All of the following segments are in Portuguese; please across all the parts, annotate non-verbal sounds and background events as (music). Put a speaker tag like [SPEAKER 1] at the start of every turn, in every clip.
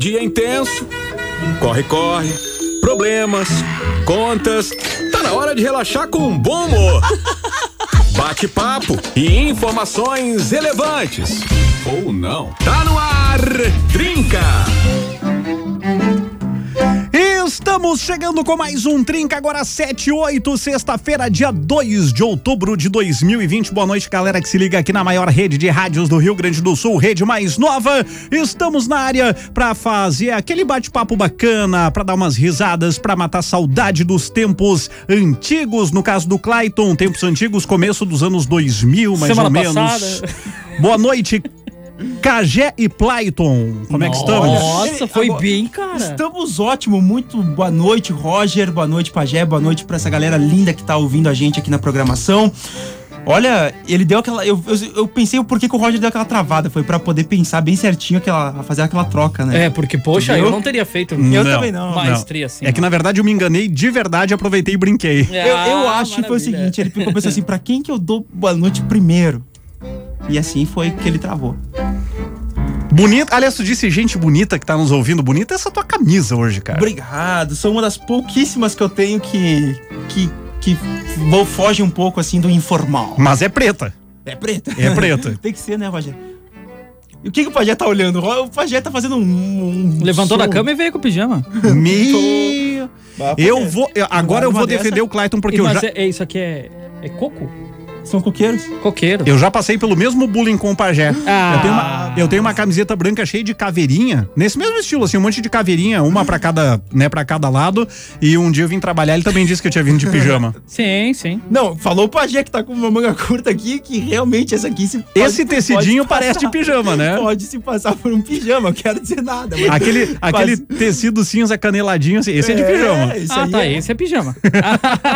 [SPEAKER 1] Dia intenso, corre, corre, problemas, contas. Tá na hora de relaxar com um
[SPEAKER 2] (laughs)
[SPEAKER 1] bom humor. Bate-papo e informações relevantes. Ou não. Tá no ar, trinca.
[SPEAKER 3] Estamos chegando com mais um Trinca, agora 7 8, sexta-feira, dia 2 de outubro de 2020. Boa noite, galera que se liga aqui na maior rede de rádios do Rio Grande do Sul, rede mais nova. Estamos na área para fazer aquele bate-papo bacana, para dar umas risadas, para matar saudade dos tempos antigos. No caso do Clayton, tempos antigos, começo dos anos 2000, mais
[SPEAKER 4] Semana
[SPEAKER 3] ou menos.
[SPEAKER 4] passada.
[SPEAKER 3] Boa noite. Cagé e Playton, como é que estamos?
[SPEAKER 4] Nossa, foi bem, cara.
[SPEAKER 5] Estamos ótimo, muito boa noite, Roger, boa noite, Pajé, boa noite pra essa galera linda que tá ouvindo a gente aqui na programação. Olha, ele deu aquela. Eu, eu, eu pensei o porquê que o Roger deu aquela travada. Foi pra poder pensar bem certinho aquela, fazer aquela troca, né?
[SPEAKER 4] É, porque, poxa, eu não teria feito.
[SPEAKER 5] Eu também não.
[SPEAKER 4] Maestria, assim.
[SPEAKER 3] É que na verdade eu me enganei de verdade, aproveitei e brinquei.
[SPEAKER 4] É,
[SPEAKER 5] Eu, eu
[SPEAKER 4] ah,
[SPEAKER 5] acho que foi o
[SPEAKER 4] maravilha.
[SPEAKER 5] seguinte: ele pensou assim, pra quem que eu dou boa noite primeiro? E assim foi que ele travou.
[SPEAKER 3] Bonita, aliás, tu disse gente bonita que tá nos ouvindo, bonita essa tua camisa hoje, cara.
[SPEAKER 5] Obrigado, são uma das pouquíssimas que eu tenho que. que. que vou, foge um pouco assim do informal.
[SPEAKER 3] Mas é preta,
[SPEAKER 5] É preta.
[SPEAKER 3] é
[SPEAKER 5] (laughs)
[SPEAKER 3] preta.
[SPEAKER 5] Tem que ser, né, Pajé? E o que, que o Pajé tá olhando? O Pajé tá fazendo um. um- um
[SPEAKER 4] Levantou da
[SPEAKER 5] som.
[SPEAKER 4] cama e veio com o pijama.
[SPEAKER 3] Me...
[SPEAKER 5] Bah,
[SPEAKER 3] Eu
[SPEAKER 5] Pajé,
[SPEAKER 3] vou, eu- agora eu vou defender o Clayton porque eu
[SPEAKER 4] Mas
[SPEAKER 3] já,
[SPEAKER 4] é, é isso aqui é, é coco?
[SPEAKER 5] São coqueiros.
[SPEAKER 4] Coqueiro.
[SPEAKER 3] eu já passei pelo mesmo bullying com o pajé.
[SPEAKER 4] Ah.
[SPEAKER 3] Eu, tenho uma, eu tenho uma camiseta branca cheia de caveirinha, nesse mesmo estilo, assim, um monte de caveirinha, uma pra cada, né, para cada lado. E um dia eu vim trabalhar, ele também disse que eu tinha vindo de
[SPEAKER 5] (laughs)
[SPEAKER 3] pijama.
[SPEAKER 4] Sim, sim.
[SPEAKER 5] Não, falou o Pajé que tá com uma manga curta aqui, que realmente essa aqui se. pode-
[SPEAKER 3] Esse tecidinho
[SPEAKER 5] pode
[SPEAKER 3] parece de
[SPEAKER 5] passar-
[SPEAKER 3] pijama, né?
[SPEAKER 5] Pode se passar por um pijama, eu quero dizer nada. mas-
[SPEAKER 4] (laughs)
[SPEAKER 3] Aquele, aquele tecido cinza caneladinho, assim, esse é de pijama.
[SPEAKER 5] É, isso
[SPEAKER 4] ah,
[SPEAKER 5] aí
[SPEAKER 4] tá.
[SPEAKER 5] é-
[SPEAKER 4] Esse é
[SPEAKER 5] (laughs)
[SPEAKER 4] pijama.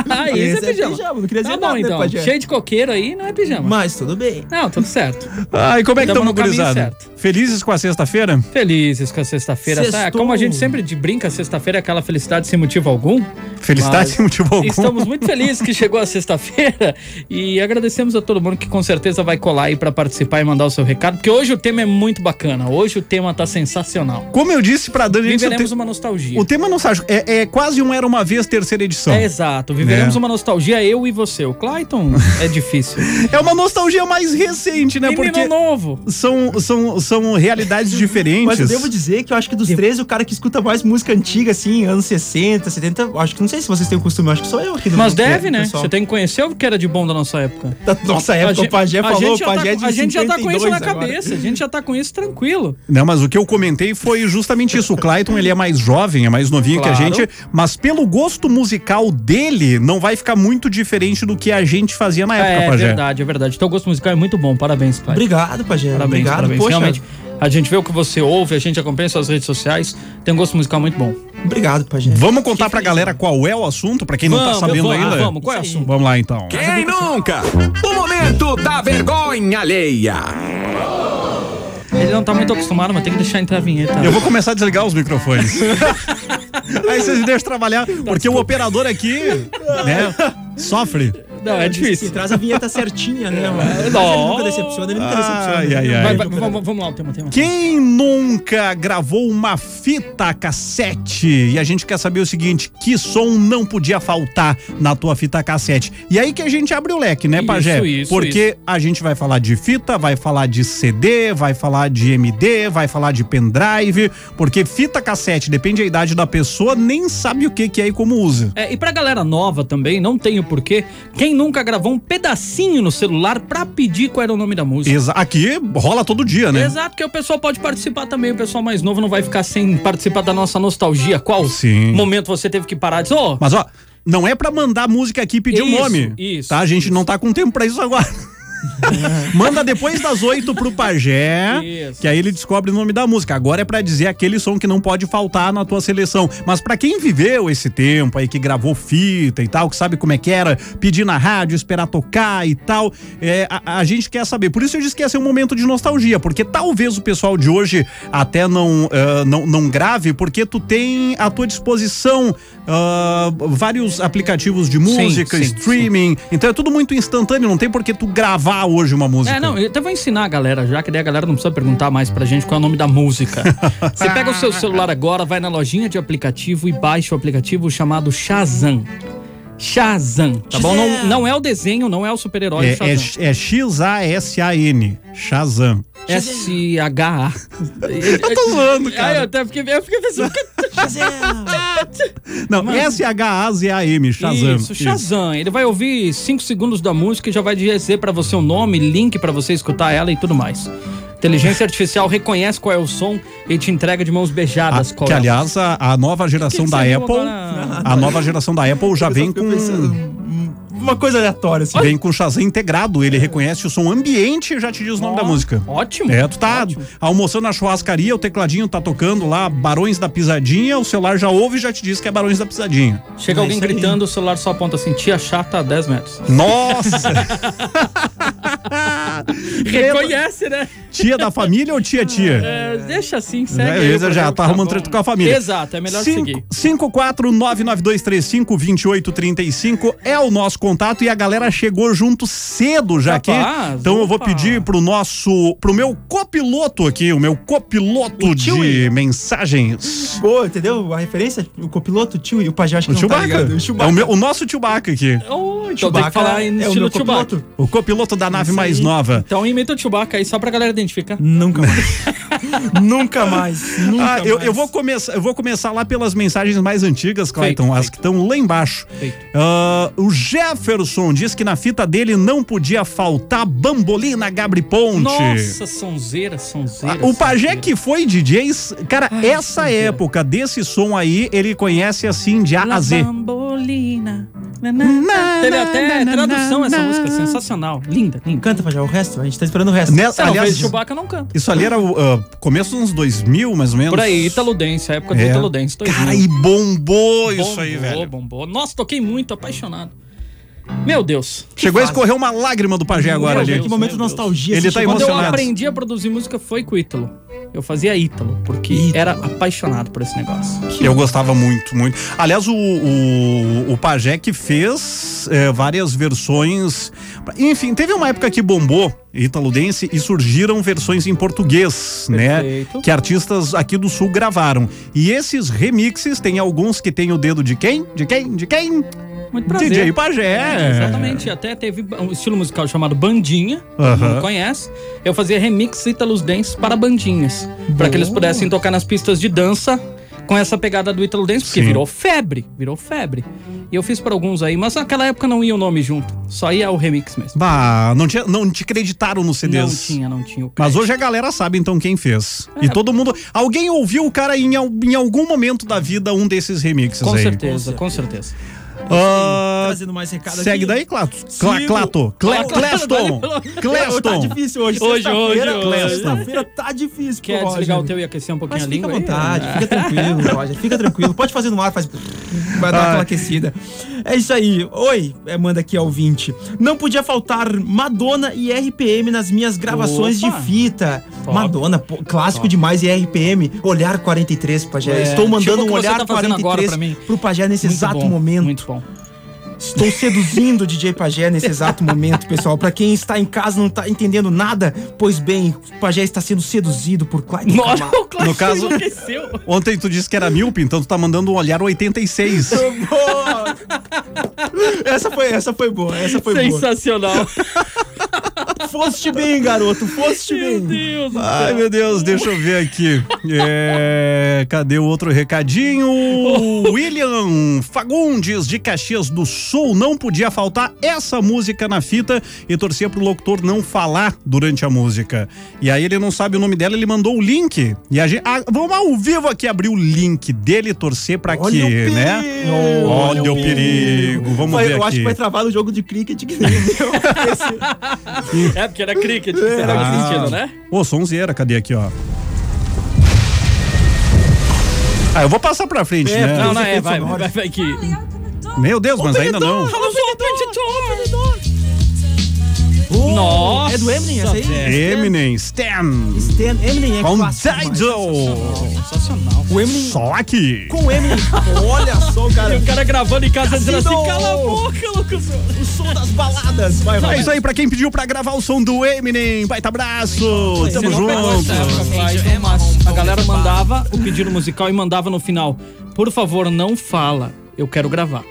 [SPEAKER 4] Ah, esse, é pijama.
[SPEAKER 5] não queria dizer
[SPEAKER 4] Tá bom,
[SPEAKER 5] nada, né,
[SPEAKER 4] então.
[SPEAKER 5] Pajé?
[SPEAKER 4] Cheio de coqueiro aí, não é pijama.
[SPEAKER 5] Mas tudo bem.
[SPEAKER 4] Não, tudo certo.
[SPEAKER 3] Ai, como é que
[SPEAKER 4] Tamo
[SPEAKER 3] estamos,
[SPEAKER 4] no caminho
[SPEAKER 3] gurizada?
[SPEAKER 4] certo.
[SPEAKER 3] Felizes com a sexta-feira?
[SPEAKER 4] Felizes com a sexta-feira.
[SPEAKER 5] Sextou.
[SPEAKER 4] sabe? Como a gente sempre de brinca, sexta-feira é aquela felicidade sem motivo algum.
[SPEAKER 3] Felicidade
[SPEAKER 4] Mas
[SPEAKER 3] sem motivo algum.
[SPEAKER 4] Estamos muito felizes que chegou a sexta-feira e agradecemos a todo mundo que com certeza vai colar aí pra participar e mandar o seu recado, porque hoje o tema é muito bacana. Hoje o tema tá sensacional.
[SPEAKER 3] Como eu disse pra Dani, gente, o,
[SPEAKER 4] Viveremos
[SPEAKER 3] te-
[SPEAKER 4] uma nostalgia.
[SPEAKER 3] o tema não sabe. É, é quase um Era Uma Vez terceira edição.
[SPEAKER 4] É
[SPEAKER 3] É,
[SPEAKER 4] exato, viveremos
[SPEAKER 3] Né?
[SPEAKER 4] uma nostalgia, eu e você. O Clayton é
[SPEAKER 5] (laughs)
[SPEAKER 4] difícil.
[SPEAKER 3] uma nostalgia mais recente, né?
[SPEAKER 4] Menino
[SPEAKER 3] Porque
[SPEAKER 4] novo.
[SPEAKER 3] são, são, são realidades
[SPEAKER 5] Mas eu
[SPEAKER 3] diferentes.
[SPEAKER 5] devo dizer que eu acho que dos três, o cara que escuta mais música antiga, assim, anos 60, 70, eu acho que não sei se vocês têm o costume, eu acho que sou eu aqui do
[SPEAKER 4] Mas
[SPEAKER 5] do
[SPEAKER 4] deve, né?
[SPEAKER 5] pessoal.
[SPEAKER 4] Você tem que conhecer o que era de bom da nossa época.
[SPEAKER 5] Da Tá, nossa época,
[SPEAKER 4] gen-
[SPEAKER 5] o Pajé falou,
[SPEAKER 4] gente
[SPEAKER 5] o
[SPEAKER 4] já tá-
[SPEAKER 5] Pajé é de
[SPEAKER 4] A gente já tá com isso na
[SPEAKER 5] 52 agora.
[SPEAKER 4] cabeça, a gente já tá com isso tranquilo.
[SPEAKER 3] Não, Né, mas o que eu comentei foi justamente isso. O Clayton, ele é mais jovem, é mais novinho que a
[SPEAKER 4] Claro.
[SPEAKER 3] gente, mas pelo gosto musical dele, não vai ficar muito diferente do que a gente fazia na época,
[SPEAKER 4] é
[SPEAKER 3] Pajé.
[SPEAKER 4] verdade, é verdade. Teu gosto musical é muito bom. Parabéns, Clayton.
[SPEAKER 5] Obrigado, Pajé.
[SPEAKER 4] Parabéns,
[SPEAKER 5] Obrigado,
[SPEAKER 4] parabéns.
[SPEAKER 5] poxa.
[SPEAKER 4] Realmente, a gente vê o que você ouve, a gente acompanha suas redes sociais, tem um gosto musical muito bom.
[SPEAKER 5] Obrigado, Pajé.
[SPEAKER 3] Vamos contar pra galera qual é o assunto, pra quem não tá
[SPEAKER 4] Vamos,
[SPEAKER 3] sabendo
[SPEAKER 4] vamos,
[SPEAKER 3] ainda?
[SPEAKER 4] vamos, qual é o
[SPEAKER 3] Isso aí.
[SPEAKER 4] assunto?
[SPEAKER 3] Vamos lá então.
[SPEAKER 1] Quem nunca? O momento da vergonha alheia.
[SPEAKER 4] Ele não tá muito acostumado, mas tem que deixar entrar a vinheta.
[SPEAKER 3] Eu vou começar a desligar os
[SPEAKER 4] (laughs)
[SPEAKER 3] microfones. Aí vocês me deixam trabalhar,
[SPEAKER 4] Tá
[SPEAKER 3] porque o operador aqui, né, sofre.
[SPEAKER 4] Não, é
[SPEAKER 5] Se
[SPEAKER 4] difícil.
[SPEAKER 5] traz a vinheta certinha, né, mano?
[SPEAKER 4] Não.
[SPEAKER 5] Ele nunca decepciona, ele
[SPEAKER 3] Ai,
[SPEAKER 5] nunca decepciona.
[SPEAKER 3] ai,
[SPEAKER 5] Ele
[SPEAKER 3] ai.
[SPEAKER 4] Vai,
[SPEAKER 5] nunca
[SPEAKER 4] vai,
[SPEAKER 5] decepciona.
[SPEAKER 4] vamos, vamos lá, o tema, o tema.
[SPEAKER 3] É, Quem nunca gravou uma fita cassete? E a gente quer saber o seguinte: que som não podia faltar na tua fita cassete? E aí que a gente abre o leque, né,
[SPEAKER 4] Isso,
[SPEAKER 3] Pajé?
[SPEAKER 4] isso,
[SPEAKER 3] Porque a gente vai falar de fita, vai falar de CD, vai falar de MD, vai falar de pendrive, porque fita cassete, depende da idade da pessoa, nem sabe o que, que é e como usa.
[SPEAKER 4] É, e pra galera nova também, não tem o porquê, quem nunca gravou um pedacinho no celular pra pedir qual era o nome da música?
[SPEAKER 3] Exa- Aqui rola todo dia, né?
[SPEAKER 4] Exato, que o pessoal pode participar também. O pessoal mais novo não vai ficar sem participar da nossa nostalgia. Qual
[SPEAKER 3] Sim.
[SPEAKER 4] momento você teve que parar e dizer, ô,
[SPEAKER 3] Mas ó, não é pra mandar música aqui e pedir o
[SPEAKER 4] Isso,
[SPEAKER 3] nome.
[SPEAKER 4] isso,
[SPEAKER 3] Tá? A gente não tá com tempo pra isso agora. Manda depois das oito pro pajé,
[SPEAKER 4] Isso.
[SPEAKER 3] que aí ele descobre o nome da música. Agora é pra dizer aquele som que não pode faltar na tua seleção. Mas pra quem viveu esse tempo aí, que gravou fita e tal, que sabe como é que era, pedir na rádio, esperar tocar e tal, é, a, a gente quer saber. Por isso eu disse que ia ser um momento de nostalgia, porque talvez o pessoal de hoje até não, ah, não, não grave, porque tu tem à tua disposição ah, vários aplicativos de música,
[SPEAKER 4] sim,
[SPEAKER 3] streaming. Então é tudo muito instantâneo, não tem por que tu gravar gravar hoje uma música.
[SPEAKER 4] É, não, eu até vou ensinar a galera já, que daí a galera não precisa perguntar mais pra gente qual é o nome
[SPEAKER 3] (laughs)
[SPEAKER 4] da música. Você pega o seu celular agora, vai na lojinha de aplicativo e baixa o aplicativo chamado Shazam. Shazam, tá bom? Não, não é o desenho, não é o super-herói
[SPEAKER 3] É,
[SPEAKER 4] Shazam.
[SPEAKER 3] é- é X-A-S-A-N. Shazam.
[SPEAKER 4] S-H-A.
[SPEAKER 3] (laughs) Eu tô zoando,
[SPEAKER 4] Ah,
[SPEAKER 3] cara.
[SPEAKER 4] eu até fiquei, eu fiquei pensando. é
[SPEAKER 3] Não, S-H-A-Z-A-M. Shazam.
[SPEAKER 4] é Isso, Shazam. Ele vai ouvir 5 segundos da música e já vai dizer pra você o nome, link pra você escutar ela e tudo mais. Inteligência artificial reconhece qual é o som e te entrega de mãos
[SPEAKER 3] Ah,
[SPEAKER 4] beijadas. qual
[SPEAKER 3] que
[SPEAKER 4] é.
[SPEAKER 3] aliás a, a nova geração
[SPEAKER 4] que
[SPEAKER 3] da
[SPEAKER 4] você viu
[SPEAKER 3] Apple, Ah.
[SPEAKER 4] agora?
[SPEAKER 3] a nova geração da Apple já vem com
[SPEAKER 5] "Hum, Uma coisa aleatória, assim.
[SPEAKER 3] vem com Shazam integrado,
[SPEAKER 4] É.
[SPEAKER 3] ele reconhece o som ambiente e já te diz o nome da música.
[SPEAKER 4] Ótimo.
[SPEAKER 3] É, tu tá almoçando na churrascaria, o tecladinho tá tocando lá Barões da Pisadinha, o celular já ouve e já te diz que é Barões da Pisadinha.
[SPEAKER 4] Chega
[SPEAKER 5] É
[SPEAKER 4] alguém
[SPEAKER 5] isso aí.
[SPEAKER 4] gritando, o celular só aponta assim, tia chata a 10 metros.
[SPEAKER 3] Nossa!
[SPEAKER 4] Reconhece, né?
[SPEAKER 3] tia da família ou tia tia?
[SPEAKER 4] É, deixa
[SPEAKER 3] Né,
[SPEAKER 4] assim, segue. aí o
[SPEAKER 3] Beleza, já
[SPEAKER 4] programa,
[SPEAKER 3] tá arrumando
[SPEAKER 4] bom.
[SPEAKER 3] treta com a família.
[SPEAKER 4] Exato, é melhor seguir.
[SPEAKER 3] 54992352835 é o nosso contato e a galera chegou junto cedo já aqui.
[SPEAKER 4] Rapaz,
[SPEAKER 3] Então eu vou
[SPEAKER 4] opa.
[SPEAKER 3] pedir pro nosso, pro meu copiloto aqui, o meu copiloto
[SPEAKER 5] O tio
[SPEAKER 3] de mensagens.
[SPEAKER 5] Pô, entendeu? A referência? O copiloto, o tio e o pajé, acho que
[SPEAKER 3] O
[SPEAKER 5] não tá
[SPEAKER 3] Chewbacca.
[SPEAKER 5] ligado. O
[SPEAKER 3] é
[SPEAKER 5] Chewbacca.
[SPEAKER 3] o, meu, o nosso Chewbacca aqui.
[SPEAKER 4] Oh, então tem que falar em
[SPEAKER 5] é o
[SPEAKER 4] estilo
[SPEAKER 5] meu
[SPEAKER 4] Chewbacca.
[SPEAKER 5] copiloto.
[SPEAKER 3] O copiloto da nave mais nova.
[SPEAKER 4] Então imita o Chewbacca aí só pra galera identificar.
[SPEAKER 5] Nunca mais. (laughs) nunca mais. Nunca
[SPEAKER 3] Ah, eu,
[SPEAKER 5] mais.
[SPEAKER 3] eu vou começar, eu vou começar lá pelas mensagens mais antigas, Clayton,
[SPEAKER 4] Feito,
[SPEAKER 3] as
[SPEAKER 4] feito.
[SPEAKER 3] que estão lá embaixo.
[SPEAKER 4] Feito.
[SPEAKER 3] Ah, o Jefferson diz que na fita dele não podia faltar Bambolina Gabri Ponte.
[SPEAKER 4] Nossa, sonzeira, sonzeira.
[SPEAKER 3] Ah, O pajé
[SPEAKER 4] sonzeira.
[SPEAKER 3] que foi DJ, cara,
[SPEAKER 4] Ai,
[SPEAKER 3] essa
[SPEAKER 4] meu Deus.
[SPEAKER 3] época desse som aí, ele conhece assim de A
[SPEAKER 4] La
[SPEAKER 3] a Z.
[SPEAKER 4] Bambolina. Na, na, na. Teve até tradução essa música, sensacional. Linda, linda.
[SPEAKER 5] Canta, pajé, o resto. A gente tá esperando o resto.
[SPEAKER 3] Né?
[SPEAKER 4] Não,
[SPEAKER 3] Aliás-
[SPEAKER 4] mas Chewbacca não canta.
[SPEAKER 3] Isso ali era o ah, começo dos anos 2000, mais ou menos.
[SPEAKER 4] Por aí, Italo Dance, a época do
[SPEAKER 3] É.
[SPEAKER 4] Italo Dance.
[SPEAKER 3] Cara,
[SPEAKER 4] 2000.
[SPEAKER 3] e bombou isso aí,
[SPEAKER 4] Bombou,
[SPEAKER 3] velho.
[SPEAKER 4] bombou. Nossa, toquei muito, apaixonado. Meu Deus.
[SPEAKER 3] Chegou a
[SPEAKER 5] fase.
[SPEAKER 3] escorrer uma lágrima do pajé agora
[SPEAKER 4] Meu
[SPEAKER 3] ali.
[SPEAKER 4] Deus.
[SPEAKER 5] Que momento de
[SPEAKER 4] meu Deus.
[SPEAKER 5] nostalgia.
[SPEAKER 3] Ele
[SPEAKER 5] assim,
[SPEAKER 3] tá
[SPEAKER 5] chegou-
[SPEAKER 4] Quando eu
[SPEAKER 3] emocionado.
[SPEAKER 4] aprendi a produzir música foi com o Ítalo. Eu fazia Ítalo, porque
[SPEAKER 5] Ítalo.
[SPEAKER 4] era apaixonado por esse negócio.
[SPEAKER 3] Eu gostava muito, muito. Aliás, o, o, o Pajé que fez eh, várias versões. Enfim, teve uma época que bombou italodense e surgiram versões em português, né?
[SPEAKER 4] Perfeito.
[SPEAKER 3] Que artistas aqui do sul gravaram. E esses remixes tem alguns que tem o dedo de quem? De quem? De quem?
[SPEAKER 4] Muito prazer.
[SPEAKER 3] DJ Pajé.
[SPEAKER 4] É, exatamente. Até teve um estilo musical chamado Bandinha,
[SPEAKER 3] Aham.
[SPEAKER 4] todo mundo conhece. Eu fazia remix Ítalos Dance para bandinhas, para que eles pudessem tocar nas pistas de dança com essa pegada do Ítalo Dance, porque
[SPEAKER 3] Sim.
[SPEAKER 4] virou febre, virou febre. E eu fiz para alguns aí, mas naquela época não ia o nome junto, só ia o remix mesmo.
[SPEAKER 3] Bah, não, tinha, não te acreditaram no CDs.
[SPEAKER 4] Não tinha, não tinha o
[SPEAKER 3] Mas
[SPEAKER 4] crédito.
[SPEAKER 3] hoje a galera sabe então quem fez. E todo mundo. Alguém ouviu o cara em, al- em algum momento da vida um desses remixes
[SPEAKER 4] Com
[SPEAKER 3] aí.
[SPEAKER 4] certeza, com certeza.
[SPEAKER 3] Ah,
[SPEAKER 5] Trazendo mais recado
[SPEAKER 3] Segue
[SPEAKER 5] aqui.
[SPEAKER 3] daí, Clato. Cla-
[SPEAKER 5] Sigo.
[SPEAKER 3] Clato. Cle-
[SPEAKER 4] Clato.
[SPEAKER 3] Cleston.
[SPEAKER 5] Tá
[SPEAKER 3] Cleston.
[SPEAKER 5] difícil hoje.
[SPEAKER 4] Hoje,
[SPEAKER 5] sexta-feira-
[SPEAKER 4] hoje, hoje.
[SPEAKER 5] Sexta-feira tá difícil,
[SPEAKER 4] Quer
[SPEAKER 5] pro
[SPEAKER 4] desligar o
[SPEAKER 5] Roger.
[SPEAKER 4] teu e aquecer um pouquinho Ah.
[SPEAKER 5] Mas
[SPEAKER 4] a
[SPEAKER 5] fica à
[SPEAKER 4] língua? aí?
[SPEAKER 5] vontade,
[SPEAKER 4] (laughs)
[SPEAKER 5] fica tranquilo, Roger. Fica tranquilo. Pode fazer no ar, faz. Vai dar aquela aquecida. É isso aí. Oi, é, manda aqui ao 20. Não podia faltar Madonna e RPM nas minhas gravações
[SPEAKER 4] Opa.
[SPEAKER 5] de fita.
[SPEAKER 4] Top.
[SPEAKER 5] Madonna, pô, clássico demais e RPM. Olhar 43, Pajé.
[SPEAKER 4] É,
[SPEAKER 5] Estou
[SPEAKER 4] tipo
[SPEAKER 5] mandando
[SPEAKER 4] o que
[SPEAKER 5] um
[SPEAKER 4] você
[SPEAKER 5] olhar
[SPEAKER 4] tá fazendo agora
[SPEAKER 5] 43
[SPEAKER 4] pra mim.
[SPEAKER 5] pro Pajé nesse
[SPEAKER 4] Muito
[SPEAKER 5] exato
[SPEAKER 4] bom,
[SPEAKER 5] momento.
[SPEAKER 4] Muito bom.
[SPEAKER 5] Estou seduzindo o DJ Pajé nesse exato momento, pessoal. Pra quem está em casa e não tá entendendo nada, pois bem, o Pajé está sendo seduzido por Clyde.
[SPEAKER 4] Nossa,
[SPEAKER 5] Camargo.
[SPEAKER 4] (laughs) o Clássico
[SPEAKER 3] No caso-
[SPEAKER 4] enlouqueceu.
[SPEAKER 3] Ontem tu disse que era míope, então tu tá mandando um olhar 86.
[SPEAKER 5] Boa! essa foi, essa foi boa, essa foi boa.
[SPEAKER 4] Sensacional.
[SPEAKER 5] Foste bem, garoto, foste
[SPEAKER 4] Meu
[SPEAKER 5] bem.
[SPEAKER 4] Deus do
[SPEAKER 3] Ai, meu Deus, deixa eu ver aqui. É, cadê o outro recadinho? William Fagundes, de Caxias do Sul. Não podia faltar essa música na fita e torcia pro locutor não falar durante a música. E aí ele não sabe o nome dela, ele mandou o link. E a gente, ah, vamos ao vivo aqui abrir o link dele e torcer pra
[SPEAKER 5] Olha
[SPEAKER 3] que,
[SPEAKER 5] o perigo.
[SPEAKER 3] né? Olha, o perigo. Vamos
[SPEAKER 5] Vai-
[SPEAKER 3] ver
[SPEAKER 5] eu
[SPEAKER 3] aqui.
[SPEAKER 5] acho que vai travar no jogo de cricket que nem deu.
[SPEAKER 4] É, porque era cricket que você tava
[SPEAKER 3] Ah.
[SPEAKER 4] assistindo, né?
[SPEAKER 3] Ô, sonzeira, cadê aqui, ó? Ah, eu vou passar pra frente, né?
[SPEAKER 5] É, não,
[SPEAKER 4] Não,
[SPEAKER 5] Os
[SPEAKER 4] não, é,
[SPEAKER 5] efeitos
[SPEAKER 4] vai, vai,
[SPEAKER 5] sonoros.
[SPEAKER 4] vai, vai que...
[SPEAKER 3] Meu Deus, mas ainda não.
[SPEAKER 4] Nossa,
[SPEAKER 5] É do Eminem essa aí?
[SPEAKER 4] velho. É
[SPEAKER 3] Eminem, Stan,
[SPEAKER 5] Stan Eminem é
[SPEAKER 3] On
[SPEAKER 5] clássico demais.
[SPEAKER 3] Tidal.
[SPEAKER 4] Sensacional.
[SPEAKER 5] O Eminem.
[SPEAKER 3] Só aqui.
[SPEAKER 5] Com o Eminem. Olha só o
[SPEAKER 4] E
[SPEAKER 5] cara.
[SPEAKER 4] o cara gravando em casa dizendo
[SPEAKER 5] Cassino!
[SPEAKER 4] assim, cala a boca, Lucas.
[SPEAKER 5] O som das baladas. Vai,
[SPEAKER 3] É
[SPEAKER 5] vai.
[SPEAKER 3] isso aí, pra quem pediu pra gravar o som do Eminem, baita abraço, tamo
[SPEAKER 4] Você não pegou
[SPEAKER 3] junto. é
[SPEAKER 4] essa época, pai, então, mas A galera mandava o pedido musical e mandava no final, por favor, não fala. Eu quero gravar.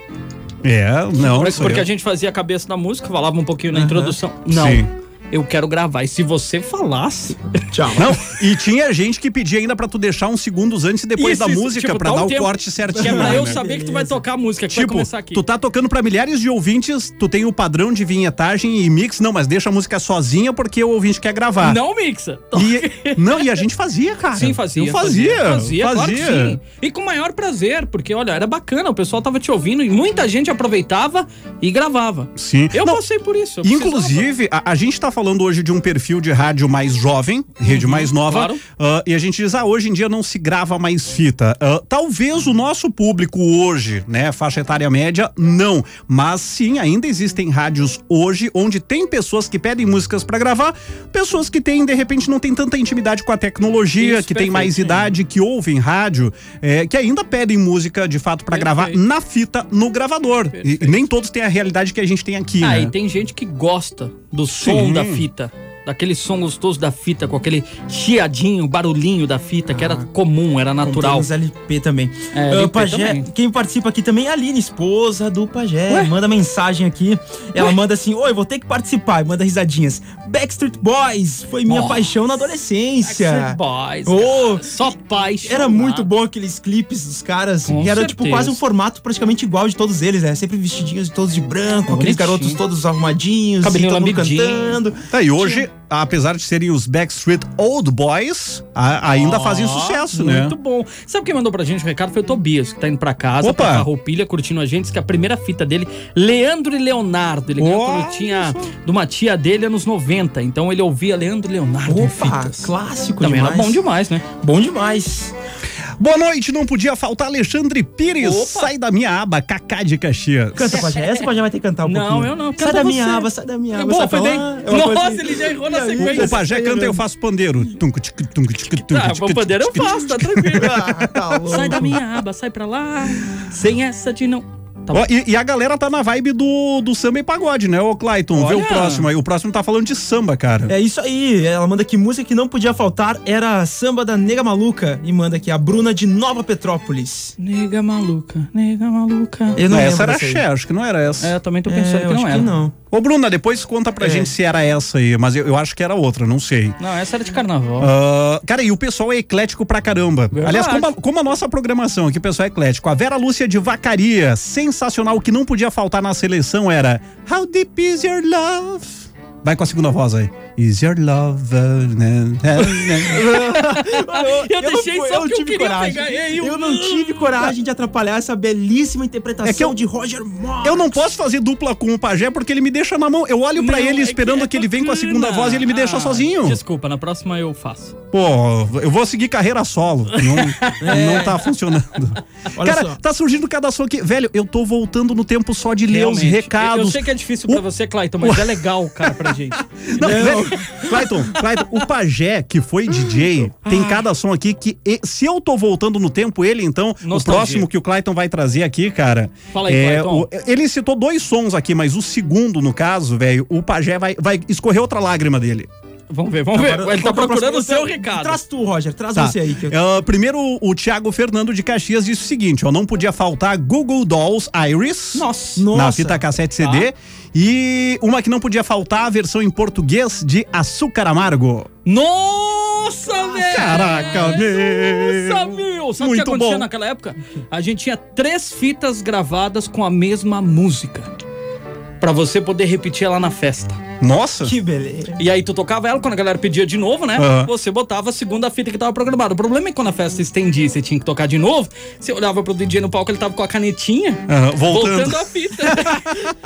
[SPEAKER 3] É, não,
[SPEAKER 4] Por-
[SPEAKER 3] isso aí.
[SPEAKER 4] Porque a gente fazia a cabeça da música, falava um pouquinho na introdução. Não,
[SPEAKER 3] Sim.
[SPEAKER 4] eu quero gravar. E se você falasse,
[SPEAKER 5] Tchau.
[SPEAKER 3] Não, e tinha gente que pedia ainda pra tu deixar uns segundos antes e depois
[SPEAKER 4] Isso,
[SPEAKER 3] da
[SPEAKER 4] isso,
[SPEAKER 3] música,
[SPEAKER 4] tipo,
[SPEAKER 3] pra
[SPEAKER 4] dá um
[SPEAKER 3] dar o
[SPEAKER 4] tempo,
[SPEAKER 3] corte certinho.
[SPEAKER 4] que é pra
[SPEAKER 3] né?
[SPEAKER 4] eu saber que tu vai tocar a música, que vai
[SPEAKER 3] Tipo,
[SPEAKER 4] começar aqui.
[SPEAKER 3] tu tá tocando pra milhares de ouvintes, tu tem o padrão de vinhetagem e mix, não, mas deixa a música sozinha porque o ouvinte quer gravar.
[SPEAKER 4] Não mixa. Então,
[SPEAKER 3] E, não, e a gente fazia, cara.
[SPEAKER 4] Sim, fazia.
[SPEAKER 3] Eu fazia.
[SPEAKER 4] Fazia, claro que sim. E com o maior prazer, porque, olha, era bacana, o pessoal tava te ouvindo e muita gente aproveitava e gravava.
[SPEAKER 3] Sim.
[SPEAKER 4] Eu
[SPEAKER 3] Não,
[SPEAKER 4] passei por isso. eu precisava.
[SPEAKER 3] Inclusive, a, a gente tá falando hoje de um perfil de rádio mais jovem, rede mais nova.
[SPEAKER 4] Uhum, claro.
[SPEAKER 3] ah, e a gente diz, ah, hoje em dia não se grava mais fita. Ah, talvez o nosso público hoje, né, faixa etária média, não. Mas sim, ainda existem rádios hoje onde tem pessoas que pedem músicas pra gravar, pessoas que têm, de repente, não tem tanta intimidade com a tecnologia,
[SPEAKER 4] Isso,
[SPEAKER 3] que tem mais
[SPEAKER 4] perfeito,
[SPEAKER 3] idade, que ouvem rádio, eh, que ainda pedem música, de fato, pra gravar
[SPEAKER 4] Perfeito.
[SPEAKER 3] na fita, no gravador. E, e nem todos têm a realidade que a gente tem aqui,
[SPEAKER 4] Ah,
[SPEAKER 3] né?
[SPEAKER 4] e tem gente que gosta do som
[SPEAKER 3] Sim.
[SPEAKER 4] da fita. Daquele som gostoso da fita, com aquele chiadinho, barulhinho da fita, que era
[SPEAKER 3] Ah,
[SPEAKER 4] comum, era natural.
[SPEAKER 5] Compramos LP também.
[SPEAKER 4] É,
[SPEAKER 5] Ah,
[SPEAKER 4] LP
[SPEAKER 5] Pajé,
[SPEAKER 4] também.
[SPEAKER 5] Quem participa aqui também é a Aline, esposa do Pajé. Manda mensagem aqui. Ela manda assim: Oi, vou ter que participar. E manda risadinhas. Backstreet Boys foi minha
[SPEAKER 4] Nossa.
[SPEAKER 5] paixão na adolescência.
[SPEAKER 4] Backstreet Boys,
[SPEAKER 5] Ô,
[SPEAKER 4] cara, só paz.
[SPEAKER 5] Era muito bom aqueles clipes dos caras.
[SPEAKER 4] Com
[SPEAKER 5] que era tipo
[SPEAKER 4] certeza.
[SPEAKER 5] quase um formato praticamente igual de todos eles, né? Sempre vestidinhos todos de branco,
[SPEAKER 4] Bonitinho.
[SPEAKER 5] aqueles garotos todos arrumadinhos,
[SPEAKER 4] Cabelinho
[SPEAKER 5] e todo mundo
[SPEAKER 4] lambidinho.
[SPEAKER 5] cantando.
[SPEAKER 3] Tá, e hoje, apesar de serem os Backstreet Old Boys, a- ainda fazem sucesso,
[SPEAKER 4] muito
[SPEAKER 3] né?
[SPEAKER 4] Muito bom. Sabe quem mandou pra gente o recado? Foi o Tobias, que tá indo pra casa,
[SPEAKER 3] Opa.
[SPEAKER 4] Opa. a roupilha, curtindo a gente. Diz que a primeira fita dele, Leandro e Leonardo. Ele ganhou quando
[SPEAKER 3] Olha
[SPEAKER 4] tinha de uma tia dele anos 90. Então ele ouvia Leandro e Leonardo. em
[SPEAKER 5] Opa,
[SPEAKER 4] fitas.
[SPEAKER 5] clássico
[SPEAKER 4] Também
[SPEAKER 5] demais.
[SPEAKER 4] era bom demais, né?
[SPEAKER 5] Bom demais.
[SPEAKER 3] Boa noite, não podia faltar Alexandre Pires.
[SPEAKER 4] Opa.
[SPEAKER 3] Sai da minha aba, Cacá de Caxias.
[SPEAKER 4] (laughs)
[SPEAKER 5] Canta, Pajé. Essa Pajé vai ter que cantar um
[SPEAKER 4] Não,
[SPEAKER 5] pouquinho.
[SPEAKER 4] eu não.
[SPEAKER 5] Sai
[SPEAKER 4] Canta
[SPEAKER 5] da minha
[SPEAKER 4] você.
[SPEAKER 5] aba, sai da minha
[SPEAKER 4] É
[SPEAKER 5] aba.
[SPEAKER 4] bom,
[SPEAKER 5] sai pra
[SPEAKER 4] foi bem.
[SPEAKER 5] lá. É uma coisa
[SPEAKER 4] Nossa,
[SPEAKER 5] assim.
[SPEAKER 4] ele já errou na
[SPEAKER 5] E aí,
[SPEAKER 3] O
[SPEAKER 4] sequência.
[SPEAKER 3] Pajé canta eu faço pandeiro. Tunco, tic, tunco, tic, tunco,
[SPEAKER 4] Tá,
[SPEAKER 3] tic,
[SPEAKER 4] vou poder
[SPEAKER 5] é
[SPEAKER 4] eu
[SPEAKER 3] tic, tic.
[SPEAKER 4] faço, tá tranquilo.
[SPEAKER 5] (laughs) Ah, tá
[SPEAKER 4] (laughs)
[SPEAKER 5] louco.
[SPEAKER 4] sai da minha aba, sai pra lá. Sem essa de não. Tá bom.
[SPEAKER 3] Ó, e, e a galera tá na vibe do, do samba e pagode, né? Ô, Clayton, vê
[SPEAKER 4] Olha.
[SPEAKER 3] o próximo aí. O próximo tá falando de samba, cara.
[SPEAKER 5] É isso aí, ela manda que música que não podia faltar era samba da Nega Maluca e manda aqui a Bruna de Nova Petrópolis.
[SPEAKER 4] Nega maluca, nega maluca.
[SPEAKER 5] Eu não
[SPEAKER 3] essa
[SPEAKER 5] lembro
[SPEAKER 3] era
[SPEAKER 5] dessa aí.
[SPEAKER 3] Xé, acho que não era essa.
[SPEAKER 4] É, eu também tô
[SPEAKER 5] É,
[SPEAKER 4] pensando
[SPEAKER 5] eu
[SPEAKER 4] que
[SPEAKER 5] acho
[SPEAKER 4] não era.
[SPEAKER 5] que não.
[SPEAKER 3] Ô, Bruna, depois conta pra
[SPEAKER 5] É.
[SPEAKER 3] gente se era essa aí, mas eu, eu acho que era outra, não sei.
[SPEAKER 4] Não, essa era de carnaval.
[SPEAKER 3] Ah, cara, e o pessoal é eclético pra caramba.
[SPEAKER 4] Verdade.
[SPEAKER 3] Aliás, como a, como a nossa programação aqui, o pessoal é eclético. A Vera Lúcia de Vacaria, sensacional, o que não podia faltar na seleção era How Deep Is Your Love? Vai com a segunda voz aí. Is your love... né,
[SPEAKER 4] Eu
[SPEAKER 5] não
[SPEAKER 4] deixei
[SPEAKER 5] fui,
[SPEAKER 4] só porque eu queria pegar, um e aí eu-
[SPEAKER 5] Eu não tive coragem de atrapalhar essa belíssima interpretação
[SPEAKER 3] É que eu-
[SPEAKER 5] de Roger Moore.
[SPEAKER 3] Eu não posso fazer dupla com o Pajé porque ele me deixa na mão. Eu olho pra
[SPEAKER 4] Não,
[SPEAKER 3] ele
[SPEAKER 4] é
[SPEAKER 3] esperando que,
[SPEAKER 4] é
[SPEAKER 3] ele venha com a
[SPEAKER 4] bacana.
[SPEAKER 3] segunda voz e ele me deixa
[SPEAKER 4] Ah,
[SPEAKER 3] sozinho.
[SPEAKER 4] Desculpa, na próxima eu faço.
[SPEAKER 3] Pô, eu vou seguir carreira solo.
[SPEAKER 4] (laughs)
[SPEAKER 3] Não,
[SPEAKER 4] É.
[SPEAKER 3] não tá funcionando.
[SPEAKER 5] Olha
[SPEAKER 3] Cara,
[SPEAKER 5] só.
[SPEAKER 3] tá surgindo cada som aqui. Velho, eu tô voltando no tempo só de ler os
[SPEAKER 4] Realmente. Eu, eu
[SPEAKER 3] recados.
[SPEAKER 4] sei que é difícil pra você, Clayton, mas é legal, cara, pra gente.
[SPEAKER 3] Não, velho, Clayton, Clayton, o Pajé, que foi DJ, tem
[SPEAKER 4] Ah.
[SPEAKER 3] cada som aqui que. e- se eu tô voltando no tempo, ele, então, o
[SPEAKER 4] Nostalgia.
[SPEAKER 3] próximo que o Clayton vai trazer aqui, cara. é
[SPEAKER 4] Fala aí, Clayton.
[SPEAKER 3] o- Ele citou dois sons aqui, mas o segundo, no caso, velho, o Pajé vai, vai escorrer outra lágrima dele.
[SPEAKER 4] Vamos ver, vamos ver.
[SPEAKER 5] Agora,
[SPEAKER 4] Ele tá
[SPEAKER 5] qual que é o
[SPEAKER 4] procurando
[SPEAKER 5] próximo?
[SPEAKER 4] o seu
[SPEAKER 5] Você-
[SPEAKER 4] recado.
[SPEAKER 5] Traz tu, Roger, traz
[SPEAKER 3] Tá.
[SPEAKER 5] você aí. Que eu...
[SPEAKER 3] Ah, primeiro, o Thiago Fernando de Caxias disse o seguinte: ó, não podia faltar Google Dolls Iris.
[SPEAKER 4] Nossa.
[SPEAKER 3] Na
[SPEAKER 5] Nossa. Tá.
[SPEAKER 3] fita tá cassete CD. E uma que não podia faltar, a versão em português de Açúcar Amargo.
[SPEAKER 4] Nossa, velho!
[SPEAKER 3] Ah, Caraca, meu!
[SPEAKER 4] Nossa, meu! Sabe o que
[SPEAKER 3] Muito
[SPEAKER 4] acontecia
[SPEAKER 3] bom.
[SPEAKER 4] naquela época? A gente tinha três fitas gravadas com a mesma música. Pra você poder repetir lá na festa.
[SPEAKER 3] Nossa!
[SPEAKER 5] Que beleza.
[SPEAKER 4] E aí tu tocava ela, quando a galera pedia de novo, né?
[SPEAKER 3] Aham.
[SPEAKER 4] Você botava a segunda fita que tava programada. O problema é que quando a festa estendia e você tinha que tocar de novo, você olhava pro DJ no palco, ele tava com a canetinha,
[SPEAKER 3] Aham, voltando.
[SPEAKER 4] a fita. (laughs)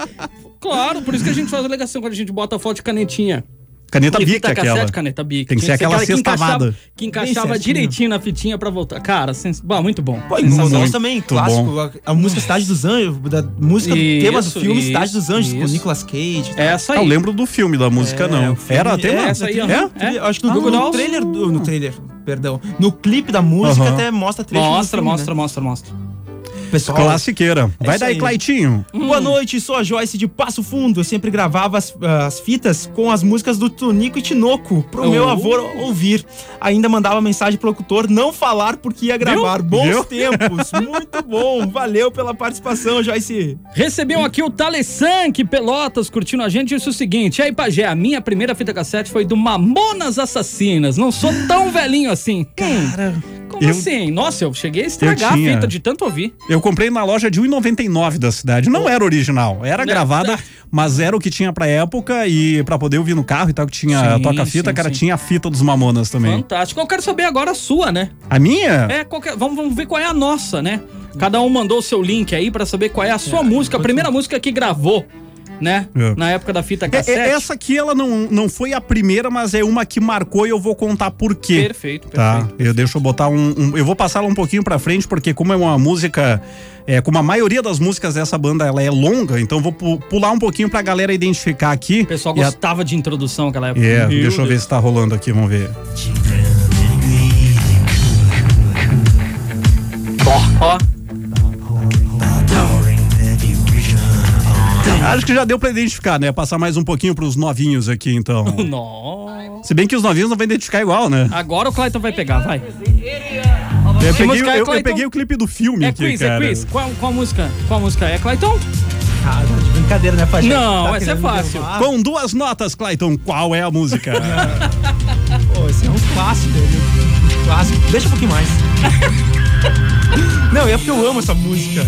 [SPEAKER 4] claro, por isso que a gente faz a alegação quando a gente bota a foto de canetinha.
[SPEAKER 3] Caneta
[SPEAKER 4] E
[SPEAKER 3] tá bica
[SPEAKER 4] cassete,
[SPEAKER 3] aquela.
[SPEAKER 4] caneta bica.
[SPEAKER 3] Tem que
[SPEAKER 4] Tinha
[SPEAKER 3] ser aquela
[SPEAKER 4] que
[SPEAKER 3] sextavada.
[SPEAKER 4] encaixava, que encaixava
[SPEAKER 5] certinho.
[SPEAKER 4] direitinho na fitinha pra voltar. Cara, sens... bah, muito bom.
[SPEAKER 5] Pô, e
[SPEAKER 3] Sensacional.
[SPEAKER 5] Google Dolls
[SPEAKER 3] Muito
[SPEAKER 5] também, é clássico.
[SPEAKER 3] bom. Hum.
[SPEAKER 5] A, a música Cidade dos Anjos, da música
[SPEAKER 4] Isso,
[SPEAKER 5] do tema do filme
[SPEAKER 4] isso,
[SPEAKER 5] Cidade dos Anjos, com
[SPEAKER 4] isso. É.
[SPEAKER 5] Nicolas Cage. e tal.
[SPEAKER 4] Essa aí.
[SPEAKER 3] Tá Ah, eu lembro do filme, da música
[SPEAKER 5] É,
[SPEAKER 3] não.
[SPEAKER 5] o filme-
[SPEAKER 3] Era até
[SPEAKER 5] é,
[SPEAKER 3] uma-
[SPEAKER 4] essa aí,
[SPEAKER 3] é?
[SPEAKER 4] aham.
[SPEAKER 5] Eu Acho que no,
[SPEAKER 4] Ah,
[SPEAKER 5] no
[SPEAKER 4] Google Dolls?
[SPEAKER 5] trailer. do- No trailer. Perdão. No clipe da música
[SPEAKER 3] Aham.
[SPEAKER 5] até mostra trecho. do
[SPEAKER 4] Mostra,
[SPEAKER 5] filme,
[SPEAKER 4] mostra,
[SPEAKER 5] né?
[SPEAKER 4] mostra, mostra.
[SPEAKER 5] Pessoal,
[SPEAKER 3] Classiqueira. Vai
[SPEAKER 5] isso
[SPEAKER 3] daí,
[SPEAKER 5] aí.
[SPEAKER 3] Claitinho.
[SPEAKER 4] Hum.
[SPEAKER 5] Boa noite, sou a Joyce de Passo Fundo. Eu sempre gravava as, as fitas com as músicas do Tonico e Tinoco pro meu
[SPEAKER 4] Oh.
[SPEAKER 5] avô ouvir. Ainda mandava mensagem pro locutor não falar porque ia gravar. Bons
[SPEAKER 3] Viu?
[SPEAKER 5] tempos, muito bom. Valeu pela participação, Joyce.
[SPEAKER 4] Recebeu aqui o Talissan, que Pelotas, curtindo a gente, disse o seguinte: Aí, Pajé, a minha primeira fita cassete foi do Mamonas Assassinas. Não sou tão velhinho assim. Cara, como
[SPEAKER 3] eu-
[SPEAKER 4] assim? Nossa, eu cheguei a estragar a
[SPEAKER 3] tinha.
[SPEAKER 4] fita de tanto ouvir.
[SPEAKER 3] Eu comprei na loja de 1,99 da cidade. Não era original, era
[SPEAKER 4] Não,
[SPEAKER 3] gravada,
[SPEAKER 4] tá.
[SPEAKER 3] mas era o que tinha pra época e pra poder ouvir no carro e tal, que tinha
[SPEAKER 4] Sim,
[SPEAKER 3] toca-fita,
[SPEAKER 4] sim,
[SPEAKER 3] cara,
[SPEAKER 4] sim.
[SPEAKER 3] tinha a fita dos Mamonas também. Ah.
[SPEAKER 4] Fantástico. Eu quero saber agora a sua, né?
[SPEAKER 3] A minha?
[SPEAKER 4] É, qual que é- vamos, vamos ver qual é a nossa, né? Cada um mandou o seu link aí pra saber qual é a sua música, a primeira música que gravou, né?
[SPEAKER 3] É.
[SPEAKER 4] Na época da fita
[SPEAKER 3] É, é,
[SPEAKER 4] cassete.
[SPEAKER 3] essa aqui, ela não, não foi a primeira, mas é uma que marcou e eu vou contar por quê.
[SPEAKER 4] Perfeito, perfeito.
[SPEAKER 3] Tá, eu deixo eu botar um, um- Eu vou passar ela um pouquinho pra frente, porque como é uma música. É, como a maioria das músicas dessa banda ela é longa, então eu vou pu- pular um pouquinho pra galera identificar aqui.
[SPEAKER 4] O pessoal
[SPEAKER 3] E a-
[SPEAKER 4] gostava de introdução naquela época.
[SPEAKER 3] É,
[SPEAKER 4] Meu
[SPEAKER 3] deixa eu ver
[SPEAKER 4] Deus.
[SPEAKER 3] se tá rolando aqui, vamos ver.
[SPEAKER 4] Ó,
[SPEAKER 3] Acho que já deu pra identificar, né? Passar mais um pouquinho pros novinhos aqui, então.
[SPEAKER 4] (laughs) ó. Nossa.
[SPEAKER 3] Se bem que os novinhos não vão identificar igual, né?
[SPEAKER 4] Agora o Clayton vai pegar, vai.
[SPEAKER 3] Eu peguei,
[SPEAKER 4] música é
[SPEAKER 3] eu- eu
[SPEAKER 4] Clayton?
[SPEAKER 3] peguei o clipe do filme
[SPEAKER 4] É
[SPEAKER 3] aqui,
[SPEAKER 4] quiz,
[SPEAKER 3] cara.
[SPEAKER 4] é quiz. Qual, qual música? Qual música? É Clayton?
[SPEAKER 5] Cara, de brincadeira, né, Pajé?
[SPEAKER 4] Não, essa é
[SPEAKER 5] querendo
[SPEAKER 4] fácil.
[SPEAKER 5] derrubar?
[SPEAKER 3] Com duas notas, Clayton, qual é a
[SPEAKER 4] (laughs)
[SPEAKER 3] música?
[SPEAKER 5] Pô, esse é um clássico, né? Um clássico. Deixa um
[SPEAKER 4] (laughs)
[SPEAKER 5] pouquinho mais. Não, é porque eu amo essa música.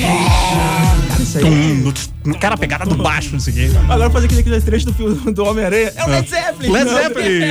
[SPEAKER 5] Cara, isso aí.
[SPEAKER 3] Tum, cara, a pegada do baixo, isso aqui.
[SPEAKER 5] Agora fazer aquele, aquele trecho do filme do Homem-Aranha. É o Led Zeppelin!
[SPEAKER 3] Led
[SPEAKER 5] Não, É,
[SPEAKER 3] Zeppelin.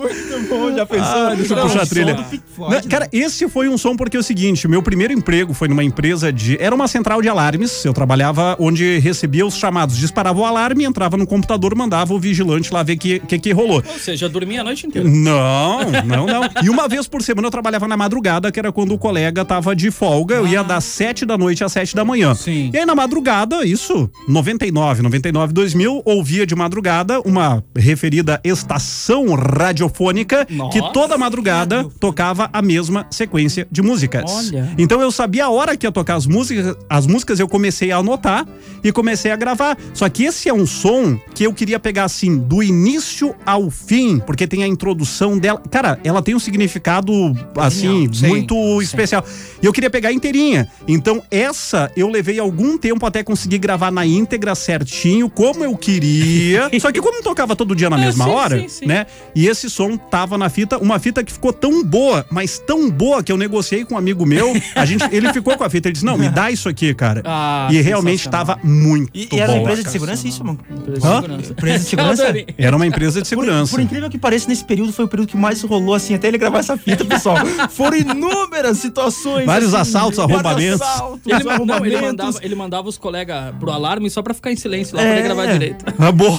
[SPEAKER 5] Muito bom, já pensou?
[SPEAKER 3] Ah, deixa eu puxar a
[SPEAKER 5] Não,
[SPEAKER 3] trilha.
[SPEAKER 5] som do Pink Floyd,
[SPEAKER 3] Não, cara, esse foi um som porque é o seguinte: meu primeiro emprego foi numa empresa de. Era uma central de alarmes. Eu trabalhava onde recebia os chamados. Disparava o alarme, entrava no computador, mandava o vigilante lá ver o que, que, que rolou.
[SPEAKER 4] Ou seja, eu dormi a noite inteira.
[SPEAKER 3] Não, não, não. E uma vez por semana eu trabalhava na madrugada, que era quando o colega tava de folga. Eu ia das 7 da noite às 7 da manhã.
[SPEAKER 4] Ah. Sim.
[SPEAKER 3] E aí na madrugada, isso, 99, 99, 2000, ouvia de madrugada uma referida estação radiofônica
[SPEAKER 4] Nossa.
[SPEAKER 3] que toda madrugada tocava a mesma sequência de músicas.
[SPEAKER 4] Olha.
[SPEAKER 3] Então eu sabia a hora que ia tocar as músicas, as músicas eu comecei a anotar e comecei a gravar. Só que esse é um som que eu queria pegar assim, do início ao fim, porque tem a introdução dela. Cara, ela tem um significado assim,
[SPEAKER 4] Genial, sim,
[SPEAKER 3] muito
[SPEAKER 4] sim.
[SPEAKER 3] especial. E eu queria pegar inteirinha. Então essa eu levei algum tempo até conseguir gravar na íntegra certinho, como eu
[SPEAKER 4] (laughs)
[SPEAKER 3] queria. Só que como eu tocava todo dia na
[SPEAKER 4] Ah,
[SPEAKER 3] mesma
[SPEAKER 4] sim,
[SPEAKER 3] hora,
[SPEAKER 4] sim, sim.
[SPEAKER 3] né? E esse som tava na fita, uma fita que ficou tão boa, mas tão boa que eu negociei com um amigo meu. A
[SPEAKER 4] (laughs)
[SPEAKER 3] gente, ele ficou com a fita, ele disse: "Não, me dá isso aqui, cara".
[SPEAKER 4] Ah,
[SPEAKER 3] e realmente
[SPEAKER 4] sensacional.
[SPEAKER 3] tava muito
[SPEAKER 5] E, e
[SPEAKER 3] bom.
[SPEAKER 5] era uma empresa
[SPEAKER 3] cara.
[SPEAKER 5] de segurança isso, mano?
[SPEAKER 3] Hã?
[SPEAKER 5] Empresa de segurança?
[SPEAKER 3] (laughs) Era uma empresa de
[SPEAKER 5] Por,
[SPEAKER 3] segurança.
[SPEAKER 5] por incrível que pareça, nesse período foi o período que mais rolou, assim, até ele gravar essa fita, pessoal. Foram inúmeras situações.
[SPEAKER 3] Vários
[SPEAKER 5] assim,
[SPEAKER 3] assaltos,
[SPEAKER 5] vários
[SPEAKER 3] arrombamentos.
[SPEAKER 5] assaltos,
[SPEAKER 4] Ele, ma- não, ele
[SPEAKER 5] arrombamentos.
[SPEAKER 4] mandava, ele mandava os colegas pro alarme só pra ficar em silêncio lá pra
[SPEAKER 5] É.
[SPEAKER 4] ele gravar direito.
[SPEAKER 3] Ah, (laughs) boa.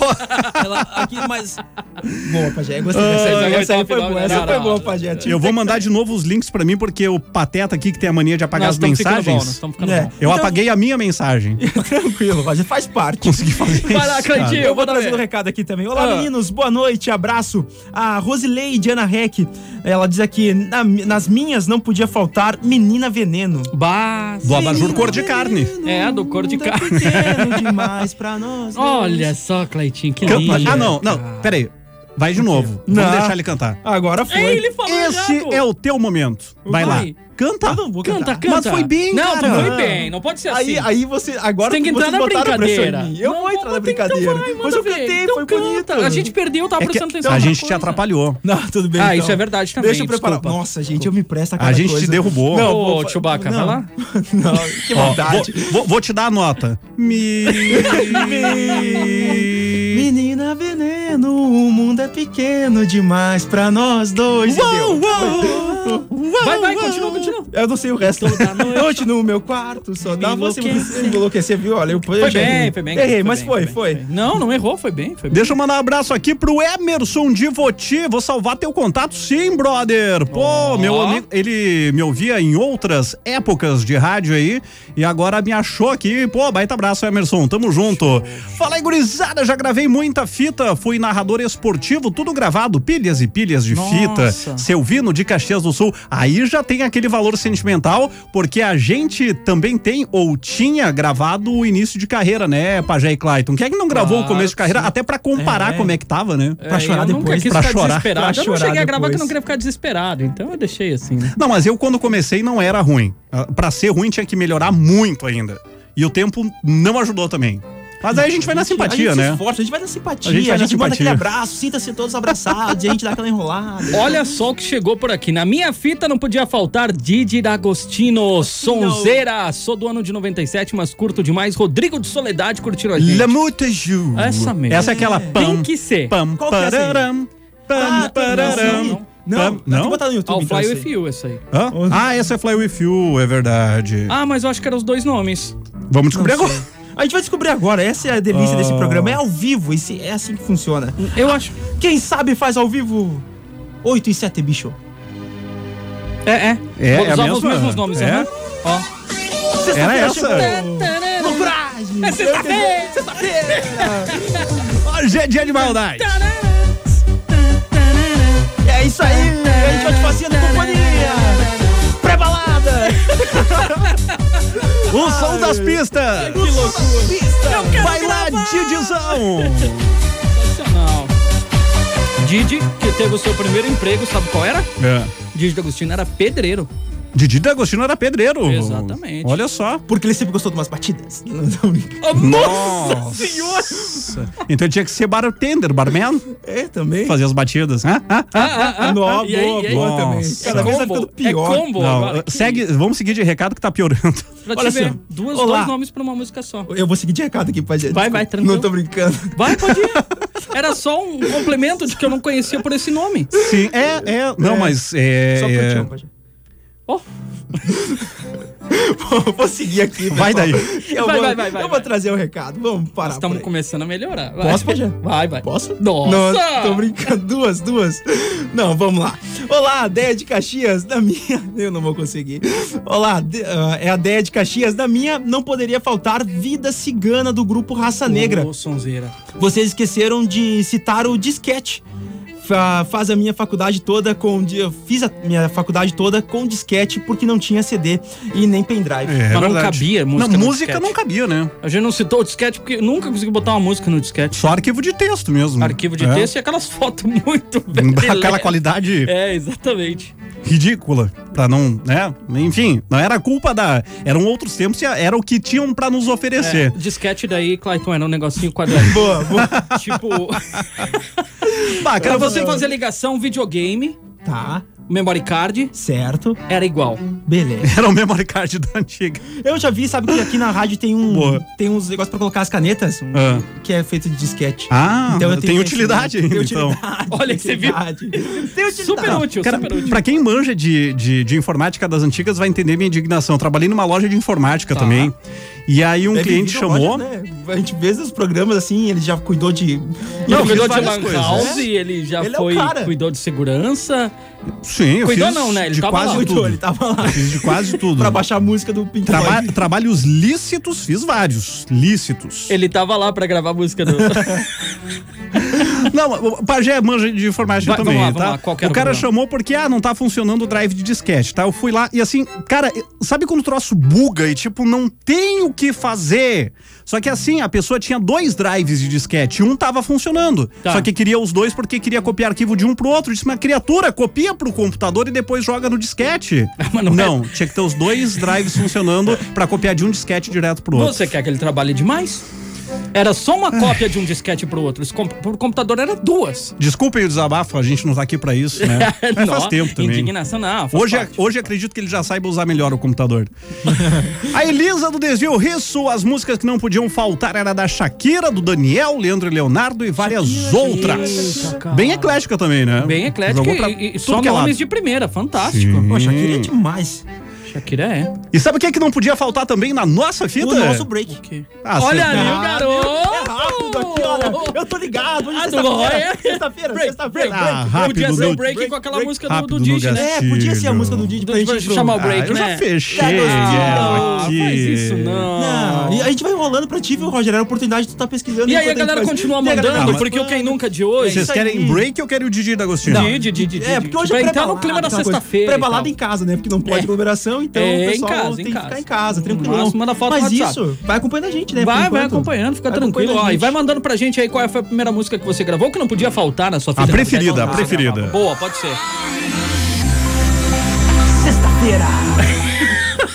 [SPEAKER 5] Ela- aqui, mas. Boa, Pajé, gostei
[SPEAKER 4] Ah,
[SPEAKER 5] dessa. aí.
[SPEAKER 4] essa
[SPEAKER 5] Essa
[SPEAKER 4] é
[SPEAKER 5] aí foi
[SPEAKER 4] top,
[SPEAKER 5] boa,
[SPEAKER 4] não,
[SPEAKER 5] essa
[SPEAKER 4] não,
[SPEAKER 5] foi
[SPEAKER 4] não.
[SPEAKER 5] boa, Pajé.
[SPEAKER 3] Eu vou mandar de novo os links pra mim porque o pateta aqui que tem a mania de apagar
[SPEAKER 4] Nós
[SPEAKER 3] as
[SPEAKER 4] tamo ficando bom,
[SPEAKER 3] mensagens.
[SPEAKER 4] nós tamo ficando
[SPEAKER 5] É.
[SPEAKER 4] bom.
[SPEAKER 3] Eu
[SPEAKER 5] Então-
[SPEAKER 3] apaguei a minha mensagem.
[SPEAKER 5] Tranquilo, Pajé, faz parte.
[SPEAKER 3] Consegui fazer
[SPEAKER 4] Vai lá,
[SPEAKER 3] isso,
[SPEAKER 4] Cleitinho.
[SPEAKER 3] cara.
[SPEAKER 4] Eu
[SPEAKER 5] Eu
[SPEAKER 4] vou
[SPEAKER 5] vou
[SPEAKER 4] dar
[SPEAKER 5] trazer
[SPEAKER 4] ver.
[SPEAKER 5] um recado aqui também. Olá,
[SPEAKER 4] Ah.
[SPEAKER 5] meninos, boa noite, abraço. A Rosileide Ana Rec, ela diz aqui: "Na- nas minhas não podia faltar Menina Veneno.
[SPEAKER 4] (laughs) Bah,
[SPEAKER 3] Do abajur cor de
[SPEAKER 5] Menina
[SPEAKER 3] carne.
[SPEAKER 5] Veneno,
[SPEAKER 4] É, do cor de
[SPEAKER 5] tá
[SPEAKER 4] carne.
[SPEAKER 5] pequeno demais pra nós.
[SPEAKER 4] (laughs) Olha só, Cleitinho, que
[SPEAKER 3] Canta-
[SPEAKER 4] lindo.
[SPEAKER 3] Ah, não, não. Pera aí. Vai de novo.
[SPEAKER 5] Não.
[SPEAKER 3] Vamos deixar ele cantar.
[SPEAKER 5] Agora foi.
[SPEAKER 4] É, ele falou
[SPEAKER 3] Esse
[SPEAKER 4] errado.
[SPEAKER 3] é o teu momento. Vai,
[SPEAKER 4] Vai.
[SPEAKER 3] lá. Canta.
[SPEAKER 5] Eu não vou
[SPEAKER 4] Canta,
[SPEAKER 5] cantar.
[SPEAKER 4] canta.
[SPEAKER 3] Mas foi bem,
[SPEAKER 4] Não,
[SPEAKER 3] cara.
[SPEAKER 4] não foi bem. Não pode ser
[SPEAKER 5] Aí,
[SPEAKER 4] assim.
[SPEAKER 5] aí você. Agora
[SPEAKER 4] tem que
[SPEAKER 5] vocês
[SPEAKER 4] entrar na
[SPEAKER 5] botaram a pressão em
[SPEAKER 4] brincadeira.
[SPEAKER 5] mim. Eu
[SPEAKER 4] Não,
[SPEAKER 5] vou entrar na
[SPEAKER 4] tem- então
[SPEAKER 5] brincadeira.
[SPEAKER 4] vai, manda
[SPEAKER 5] mas eu
[SPEAKER 4] ver.
[SPEAKER 5] cantei,
[SPEAKER 4] Então
[SPEAKER 5] foi
[SPEAKER 4] canta.
[SPEAKER 5] bonito.
[SPEAKER 4] A gente perdeu, tava
[SPEAKER 3] É que
[SPEAKER 4] prestando atenção.
[SPEAKER 3] a
[SPEAKER 4] na
[SPEAKER 3] gente te
[SPEAKER 4] coisa.
[SPEAKER 3] atrapalhou.
[SPEAKER 5] (laughs) Não, tudo bem.
[SPEAKER 4] Ah,
[SPEAKER 5] então.
[SPEAKER 4] isso é verdade também,
[SPEAKER 5] Deixa eu preparar.
[SPEAKER 4] desculpa.
[SPEAKER 5] Nossa, gente, eu me presto a cada
[SPEAKER 3] A gente
[SPEAKER 5] coisa.
[SPEAKER 3] te derrubou.
[SPEAKER 5] Não,
[SPEAKER 4] Ô,
[SPEAKER 5] vou-
[SPEAKER 4] Chewbacca, vai
[SPEAKER 5] não.
[SPEAKER 4] lá.
[SPEAKER 5] (laughs) Não, que
[SPEAKER 3] Ó,
[SPEAKER 5] maldade.
[SPEAKER 3] vou, vou- vou te dar a nota. Mi.
[SPEAKER 5] Menina veneno, o mundo é pequeno demais pra nós dois. e deu.
[SPEAKER 3] Uou, uou.
[SPEAKER 5] quarto.
[SPEAKER 4] Vai, vai, continua, continua.
[SPEAKER 5] Eu não sei o resto.
[SPEAKER 4] da
[SPEAKER 5] (laughs)
[SPEAKER 4] noite.
[SPEAKER 5] Noite no meu quarto, só dá você
[SPEAKER 4] enlouquecer.
[SPEAKER 5] enlouquecer. enlouquecer, viu? Olha, eu
[SPEAKER 4] Foi bem, foi bem.
[SPEAKER 5] Errei, mas
[SPEAKER 4] bem,
[SPEAKER 5] foi,
[SPEAKER 4] bem,
[SPEAKER 5] foi.
[SPEAKER 4] bem. Não, não errou, foi bem, foi bem.
[SPEAKER 3] Deixa eu mandar um abraço aqui pro Emerson Divoti. Vou salvar teu contato, sim, brother. Pô,
[SPEAKER 4] Ó.
[SPEAKER 3] meu amigo, ele me ouvia em outras épocas de rádio aí e agora me achou aqui. Pô, baita abraço, Emerson. Tamo junto. Fala aí, gurizada. Já gravei muita fita. Fui narrador esportivo, tudo gravado, pilhas e pilhas de
[SPEAKER 4] Nossa.
[SPEAKER 3] fita. Selvino de Caxias do Sul. Aí já tem aquele valor sentimental, porque a gente também tem ou tinha gravado o início de carreira, né, Pajé e Clayton? Quem é que não gravou o
[SPEAKER 4] Ah,
[SPEAKER 3] começo de carreira?
[SPEAKER 4] sim.
[SPEAKER 3] Até pra comparar
[SPEAKER 5] É.
[SPEAKER 3] como é que tava, né?
[SPEAKER 4] É,
[SPEAKER 5] pra chorar
[SPEAKER 4] eu nunca
[SPEAKER 5] depois,
[SPEAKER 4] quis
[SPEAKER 3] pra
[SPEAKER 4] ficar
[SPEAKER 3] chorar.
[SPEAKER 4] desesperado.
[SPEAKER 5] Pra
[SPEAKER 4] eu não
[SPEAKER 5] chorar
[SPEAKER 4] cheguei a gravar porque eu não
[SPEAKER 5] depois.
[SPEAKER 4] queria ficar desesperado, então eu deixei assim, né?
[SPEAKER 3] Não, mas eu quando comecei não era ruim. Ah, Pra ser ruim tinha que melhorar muito ainda. E o tempo não ajudou também. Mas aí a gente vai na simpatia,
[SPEAKER 5] a gente se
[SPEAKER 3] né?
[SPEAKER 5] esforça, a gente vai na simpatia,
[SPEAKER 3] A
[SPEAKER 5] a
[SPEAKER 3] gente
[SPEAKER 5] gente,
[SPEAKER 3] vai na
[SPEAKER 5] manda
[SPEAKER 3] simpatia.
[SPEAKER 5] aquele abraço, sinta-se todos abraçados, e a gente dá aquela enrolada.
[SPEAKER 4] Olha só o que chegou por aqui. Na minha fita não podia faltar Didi D'Agostino, Sonzeira. Sou do ano de 97, mas curto demais. Rodrigo de Soledade curtiram a gente.
[SPEAKER 3] Lamutaju.
[SPEAKER 4] Essa mesmo.
[SPEAKER 3] Essa é aquela
[SPEAKER 4] Tem
[SPEAKER 3] pam.
[SPEAKER 4] que ser.
[SPEAKER 3] Pam,
[SPEAKER 5] Qual que é essa aí?
[SPEAKER 3] pararam.
[SPEAKER 5] Ah,
[SPEAKER 3] Pam,
[SPEAKER 5] não, não,
[SPEAKER 3] pararam.
[SPEAKER 5] não. Não,
[SPEAKER 3] Pam-
[SPEAKER 5] não. Tem que
[SPEAKER 3] não?
[SPEAKER 5] botar no YouTube.
[SPEAKER 4] Ah, o
[SPEAKER 5] então,
[SPEAKER 4] Fly
[SPEAKER 5] isso aí.
[SPEAKER 4] With You, essa aí.
[SPEAKER 3] Hã? Ah, essa é Fly With You, é verdade.
[SPEAKER 4] Ah, mas eu acho que eram os dois nomes.
[SPEAKER 3] Vamos descobrir agora.
[SPEAKER 5] A gente vai descobrir agora, essa é a delícia
[SPEAKER 3] Ah.
[SPEAKER 5] desse programa, é ao vivo, esse, é assim que funciona.
[SPEAKER 4] Eu acho.
[SPEAKER 5] Quem sabe faz ao vivo 8 e 7, bicho.
[SPEAKER 4] É, é.
[SPEAKER 3] É,
[SPEAKER 4] Vou
[SPEAKER 3] é a
[SPEAKER 4] usar os
[SPEAKER 3] mesma?
[SPEAKER 4] mesmos nomes,
[SPEAKER 3] É?
[SPEAKER 4] aham. Ó. Tá
[SPEAKER 3] Era essa.
[SPEAKER 5] Coragem!
[SPEAKER 4] É sexta-feira.
[SPEAKER 3] Hoje é dia de maldade.
[SPEAKER 5] É isso aí, a gente vai te fazendo companhia. Pré-balada.
[SPEAKER 3] (laughs) O som das pistas. Vai lá, Didizão.
[SPEAKER 4] Sensacional. Didi, que teve o seu primeiro emprego, sabe qual era?
[SPEAKER 3] É.
[SPEAKER 4] Didi D'Agostino era pedreiro.
[SPEAKER 3] Didi D'Agostino era pedreiro.
[SPEAKER 4] Exatamente.
[SPEAKER 3] Olha só.
[SPEAKER 5] Porque ele sempre gostou de umas batidas. (laughs) Não, não,
[SPEAKER 3] Nossa senhora! Então ele tinha que ser bartender, barman,
[SPEAKER 5] É, também.
[SPEAKER 3] fazer as batidas. né? Hã? Hã?
[SPEAKER 4] Ah,
[SPEAKER 5] Nó,
[SPEAKER 4] e aí,
[SPEAKER 5] boa,
[SPEAKER 4] e aí?
[SPEAKER 5] boa também.
[SPEAKER 3] Nossa.
[SPEAKER 5] Cada vez tá ficando pior.
[SPEAKER 4] É combo
[SPEAKER 3] Não,
[SPEAKER 4] agora.
[SPEAKER 3] segue, vamos seguir de recado que tá piorando.
[SPEAKER 4] Pra te
[SPEAKER 5] Olha
[SPEAKER 4] ver,
[SPEAKER 5] só.
[SPEAKER 4] duas,
[SPEAKER 5] Olá.
[SPEAKER 4] dois nomes pra uma música só.
[SPEAKER 5] Eu vou seguir de recado aqui pra gente.
[SPEAKER 4] Vai, vai, tranquilo.
[SPEAKER 5] Não tô brincando.
[SPEAKER 4] Vai, pode ir. Era só um complemento de que eu não conhecia por esse nome.
[SPEAKER 3] Sim, é, é. Não, mas é.
[SPEAKER 5] Só um porque eu te
[SPEAKER 3] é-
[SPEAKER 5] amo, Pajé.
[SPEAKER 4] Oh,
[SPEAKER 5] (laughs) Vou- Vou seguir aqui.
[SPEAKER 3] Vai
[SPEAKER 5] pessoal.
[SPEAKER 3] daí.
[SPEAKER 5] Eu
[SPEAKER 4] Vai,
[SPEAKER 5] vou,
[SPEAKER 4] vai, vai, vai,
[SPEAKER 5] Eu vou
[SPEAKER 4] vai.
[SPEAKER 5] trazer o recado. Vamos parar. Ah, por
[SPEAKER 4] estamos
[SPEAKER 5] aí.
[SPEAKER 4] começando a melhorar. Vai.
[SPEAKER 5] Posso, Pajé?
[SPEAKER 4] Vai, vai.
[SPEAKER 5] Posso?
[SPEAKER 4] Nossa!
[SPEAKER 5] Não, tô brincando. Duas, duas. Não, vamos lá. Olá, Déia de Caxias, da minha. (laughs) Eu não vou conseguir. Olá, de- ah, é a Déia de Caxias, da minha. Não poderia faltar Vida Cigana do grupo Raça Negra.
[SPEAKER 4] Ô, sonzeira.
[SPEAKER 5] Vocês esqueceram de citar o disquete. Fa- Faz a minha faculdade toda com. di- Eu fiz a minha faculdade toda com disquete porque não tinha CD e nem
[SPEAKER 3] é
[SPEAKER 5] pendrive.
[SPEAKER 4] Mas não
[SPEAKER 3] verdade.
[SPEAKER 4] cabia música
[SPEAKER 3] Não,
[SPEAKER 4] no
[SPEAKER 3] música
[SPEAKER 4] disquete.
[SPEAKER 3] não cabia, né?
[SPEAKER 4] A gente não citou o disquete porque eu nunca consegui botar uma música no disquete.
[SPEAKER 3] Só arquivo de texto mesmo.
[SPEAKER 4] Arquivo de
[SPEAKER 3] É.
[SPEAKER 4] texto e aquelas fotos (laughs) muito
[SPEAKER 3] (laughs) Aquela
[SPEAKER 4] belelas.
[SPEAKER 3] qualidade
[SPEAKER 4] É, exatamente.
[SPEAKER 3] ridícula. Pra não. né? Enfim, não era culpa da. Eram outros tempos e era o que tinham pra nos oferecer.
[SPEAKER 4] Disquete daí, Clayton, era um
[SPEAKER 3] (laughs)
[SPEAKER 4] negocinho quadrado.
[SPEAKER 5] Boa, boa.
[SPEAKER 4] tipo,
[SPEAKER 3] Bah,
[SPEAKER 4] pra
[SPEAKER 3] cara,
[SPEAKER 4] você fazer ligação, videogame,
[SPEAKER 5] Tá,
[SPEAKER 4] memory card,
[SPEAKER 5] certo.
[SPEAKER 4] era igual.
[SPEAKER 3] (laughs)
[SPEAKER 5] Beleza.
[SPEAKER 3] Era o memory card da antiga.
[SPEAKER 5] Eu já vi, sabe que aqui na rádio tem um
[SPEAKER 3] Boa.
[SPEAKER 5] tem uns negócios pra colocar as canetas, um-
[SPEAKER 3] Ah.
[SPEAKER 5] que é feito de disquete. Então,
[SPEAKER 3] Ah,
[SPEAKER 5] eu
[SPEAKER 3] tem
[SPEAKER 5] tenho
[SPEAKER 3] utilidade
[SPEAKER 5] conhecimento.
[SPEAKER 3] ainda,
[SPEAKER 5] Tem
[SPEAKER 3] então. Ah,
[SPEAKER 5] utilidade,
[SPEAKER 4] Olha que você viu.
[SPEAKER 5] utilidade. Tem utilidade.
[SPEAKER 4] Super útil,
[SPEAKER 3] Cara,
[SPEAKER 4] super útil.
[SPEAKER 3] pra quem manja de, de, de informática das antigas, vai entender minha indignação. Eu trabalhei numa loja de informática
[SPEAKER 4] Tá.
[SPEAKER 3] também. E aí um
[SPEAKER 5] Deve
[SPEAKER 3] cliente
[SPEAKER 5] vir
[SPEAKER 3] chamou.
[SPEAKER 5] loja, né? A gente vê os programas assim, ele já cuidou de.
[SPEAKER 3] Não,
[SPEAKER 4] ele
[SPEAKER 3] fez
[SPEAKER 4] cuidou de
[SPEAKER 3] várias
[SPEAKER 4] Lan
[SPEAKER 3] coisas,
[SPEAKER 4] House,
[SPEAKER 5] né?
[SPEAKER 4] ele já
[SPEAKER 5] Ele é o
[SPEAKER 4] foi.
[SPEAKER 5] cara.
[SPEAKER 4] cuidou de segurança.
[SPEAKER 3] Sim, eu
[SPEAKER 4] Cuidou
[SPEAKER 3] fiz
[SPEAKER 4] não, né? Ele
[SPEAKER 3] de
[SPEAKER 4] tava
[SPEAKER 3] quase
[SPEAKER 4] lá.
[SPEAKER 5] Cuidou,
[SPEAKER 3] tudo.
[SPEAKER 5] ele tava lá.
[SPEAKER 3] Fiz de
[SPEAKER 4] (laughs)
[SPEAKER 3] quase tudo.
[SPEAKER 5] pra baixar a música do Pink
[SPEAKER 3] Traba-
[SPEAKER 5] Floyd.
[SPEAKER 3] Trabalhos lícitos, fiz vários. Lícitos.
[SPEAKER 4] Ele tava lá pra gravar a
[SPEAKER 3] (laughs)
[SPEAKER 4] música do.
[SPEAKER 3] Não, o Pajé manja de informática
[SPEAKER 4] Vai,
[SPEAKER 3] também,
[SPEAKER 4] vamos lá, vamos
[SPEAKER 3] tá?
[SPEAKER 4] lá, qual que era
[SPEAKER 3] o
[SPEAKER 4] o
[SPEAKER 3] cara
[SPEAKER 4] problema?
[SPEAKER 3] chamou porque, ah, não tá funcionando o drive de disquete, tá? Eu fui lá e assim, cara, sabe quando o troço buga e tipo, não tem o que fazer? Só que assim, a pessoa tinha dois drives de disquete, e um tava funcionando.
[SPEAKER 4] Tá.
[SPEAKER 3] Só que queria os dois porque queria copiar arquivo de um pro outro. Eu Disse, mas criatura, copia pro computador e depois joga no disquete.
[SPEAKER 4] (laughs) Mas
[SPEAKER 3] não,
[SPEAKER 4] não é-
[SPEAKER 3] tinha que ter
[SPEAKER 4] (laughs)
[SPEAKER 3] os dois drives funcionando pra copiar de um disquete direto pro outro.
[SPEAKER 4] Você quer que ele trabalhe demais? Era só uma
[SPEAKER 3] Ah.
[SPEAKER 4] cópia de um disquete pro outro. Os com- Pro computador era duas.
[SPEAKER 3] Desculpem o desabafo, a gente não tá aqui pra isso, né?
[SPEAKER 4] (laughs)
[SPEAKER 3] Mas faz
[SPEAKER 4] Nó,
[SPEAKER 3] tempo também.
[SPEAKER 4] Indignação, não. faz
[SPEAKER 3] Hoje, é
[SPEAKER 4] parte.
[SPEAKER 3] hoje acredito que ele já saiba usar melhor o computador. a Elisa do Desvio Risso, as músicas que não podiam faltar era da Shakira, do Daniel, Leandro e Leonardo e várias outras.
[SPEAKER 4] Eita, cara.
[SPEAKER 3] Bem eclética também, né?
[SPEAKER 4] Bem eclético
[SPEAKER 3] Jogou pra
[SPEAKER 4] e, e
[SPEAKER 3] tudo
[SPEAKER 4] só
[SPEAKER 3] que é lado.
[SPEAKER 4] nomes de primeira. Fantástico.
[SPEAKER 3] Sim.
[SPEAKER 5] Poxa, queria demais.
[SPEAKER 4] Shakira é.
[SPEAKER 3] E sabe o que, é que não podia faltar também na nossa fita?
[SPEAKER 5] O nosso break.
[SPEAKER 3] Ah,
[SPEAKER 4] Olha
[SPEAKER 3] você-
[SPEAKER 4] ali o
[SPEAKER 5] Ah,
[SPEAKER 4] garoto!
[SPEAKER 5] É rápido aqui, olha. Eu tô ligado. Hoje é
[SPEAKER 4] Ah, do
[SPEAKER 5] sexta-feira.
[SPEAKER 4] Roy.
[SPEAKER 5] Sexta-feira,
[SPEAKER 4] Break,
[SPEAKER 5] sexta-feira.
[SPEAKER 4] break,
[SPEAKER 3] Ah,
[SPEAKER 5] Ah,
[SPEAKER 3] rápido,
[SPEAKER 4] Podia ser
[SPEAKER 3] no-
[SPEAKER 4] o break,
[SPEAKER 5] break,
[SPEAKER 4] com aquela
[SPEAKER 5] break,
[SPEAKER 4] música
[SPEAKER 3] rápido,
[SPEAKER 4] do, do
[SPEAKER 3] no
[SPEAKER 4] Dish, né?
[SPEAKER 3] gasto.
[SPEAKER 5] É, podia ser a música do Didi pra
[SPEAKER 4] Do-
[SPEAKER 5] gente Ah,
[SPEAKER 4] chamar o
[SPEAKER 5] pro-
[SPEAKER 4] break,
[SPEAKER 3] eu
[SPEAKER 4] né?
[SPEAKER 3] já fechei
[SPEAKER 5] Tá
[SPEAKER 3] ela
[SPEAKER 4] Ah,
[SPEAKER 3] aqui.
[SPEAKER 4] faz isso não.
[SPEAKER 5] Não, e a gente vai enrolando pra ti, viu, Roger? Era a oportunidade de tu tá pesquisando.
[SPEAKER 4] E aí a
[SPEAKER 5] enquanto
[SPEAKER 4] galera
[SPEAKER 5] faz.
[SPEAKER 4] continua
[SPEAKER 5] E a galera tá
[SPEAKER 3] Ah,
[SPEAKER 4] mandando,
[SPEAKER 3] mas-
[SPEAKER 5] vai
[SPEAKER 4] porque o Quem
[SPEAKER 5] mandando.
[SPEAKER 4] Nunca de hoje.
[SPEAKER 3] Vocês
[SPEAKER 5] isso
[SPEAKER 3] querem
[SPEAKER 5] aí.
[SPEAKER 3] break ou querem o Didi da Agostinho?
[SPEAKER 4] Não. Didi, Didi,
[SPEAKER 5] É, porque hoje
[SPEAKER 4] Vai
[SPEAKER 5] é
[SPEAKER 4] entrar no clima da
[SPEAKER 5] aquela coisa.
[SPEAKER 4] sexta-feira.
[SPEAKER 5] Pré-balada
[SPEAKER 4] e
[SPEAKER 5] em casa, né? Porque não pode
[SPEAKER 4] É.
[SPEAKER 5] aglomeração, então
[SPEAKER 4] É,
[SPEAKER 5] o
[SPEAKER 4] em
[SPEAKER 5] pessoal
[SPEAKER 4] casa, em
[SPEAKER 5] tem que
[SPEAKER 4] casa.
[SPEAKER 5] ficar em casa,
[SPEAKER 4] No
[SPEAKER 5] tranquilo.
[SPEAKER 4] máximo, manda foto no
[SPEAKER 5] Mas
[SPEAKER 4] WhatsApp.
[SPEAKER 5] isso, vai acompanhando a gente, né? por
[SPEAKER 4] Vai, vai
[SPEAKER 5] enquanto.
[SPEAKER 4] acompanhando, fica
[SPEAKER 5] Vai
[SPEAKER 4] tranquilo.
[SPEAKER 5] acompanhando a
[SPEAKER 4] Ó, e
[SPEAKER 5] gente.
[SPEAKER 4] vai mandando pra gente aí qual foi a primeira música que você gravou, que não podia faltar na sua
[SPEAKER 3] A
[SPEAKER 4] vida.
[SPEAKER 3] preferida, a
[SPEAKER 5] Ah,
[SPEAKER 3] preferida.
[SPEAKER 4] Boa, pode ser.
[SPEAKER 5] Sexta-feira.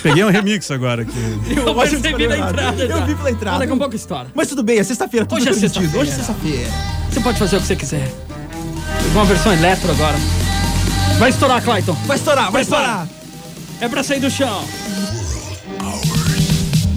[SPEAKER 3] Peguei um remix agora aqui.
[SPEAKER 4] Eu
[SPEAKER 5] Roger
[SPEAKER 4] percebi na
[SPEAKER 5] escolheu
[SPEAKER 4] entrada.
[SPEAKER 5] errado. Eu
[SPEAKER 4] já.
[SPEAKER 5] vi pela entrada.
[SPEAKER 4] Ah, Daqui a pouco história.
[SPEAKER 5] Mas tudo bem, é sexta-feira. tudo
[SPEAKER 4] Hoje é
[SPEAKER 5] permitido.
[SPEAKER 4] sexta-feira.
[SPEAKER 5] Hoje é sexta-feira.
[SPEAKER 4] Você pode fazer o que você quiser. Uma versão eletro agora. Vai estourar, Clayton.
[SPEAKER 5] Vai estourar, vai
[SPEAKER 4] Prepara.
[SPEAKER 5] estourar.
[SPEAKER 4] É pra sair do chão.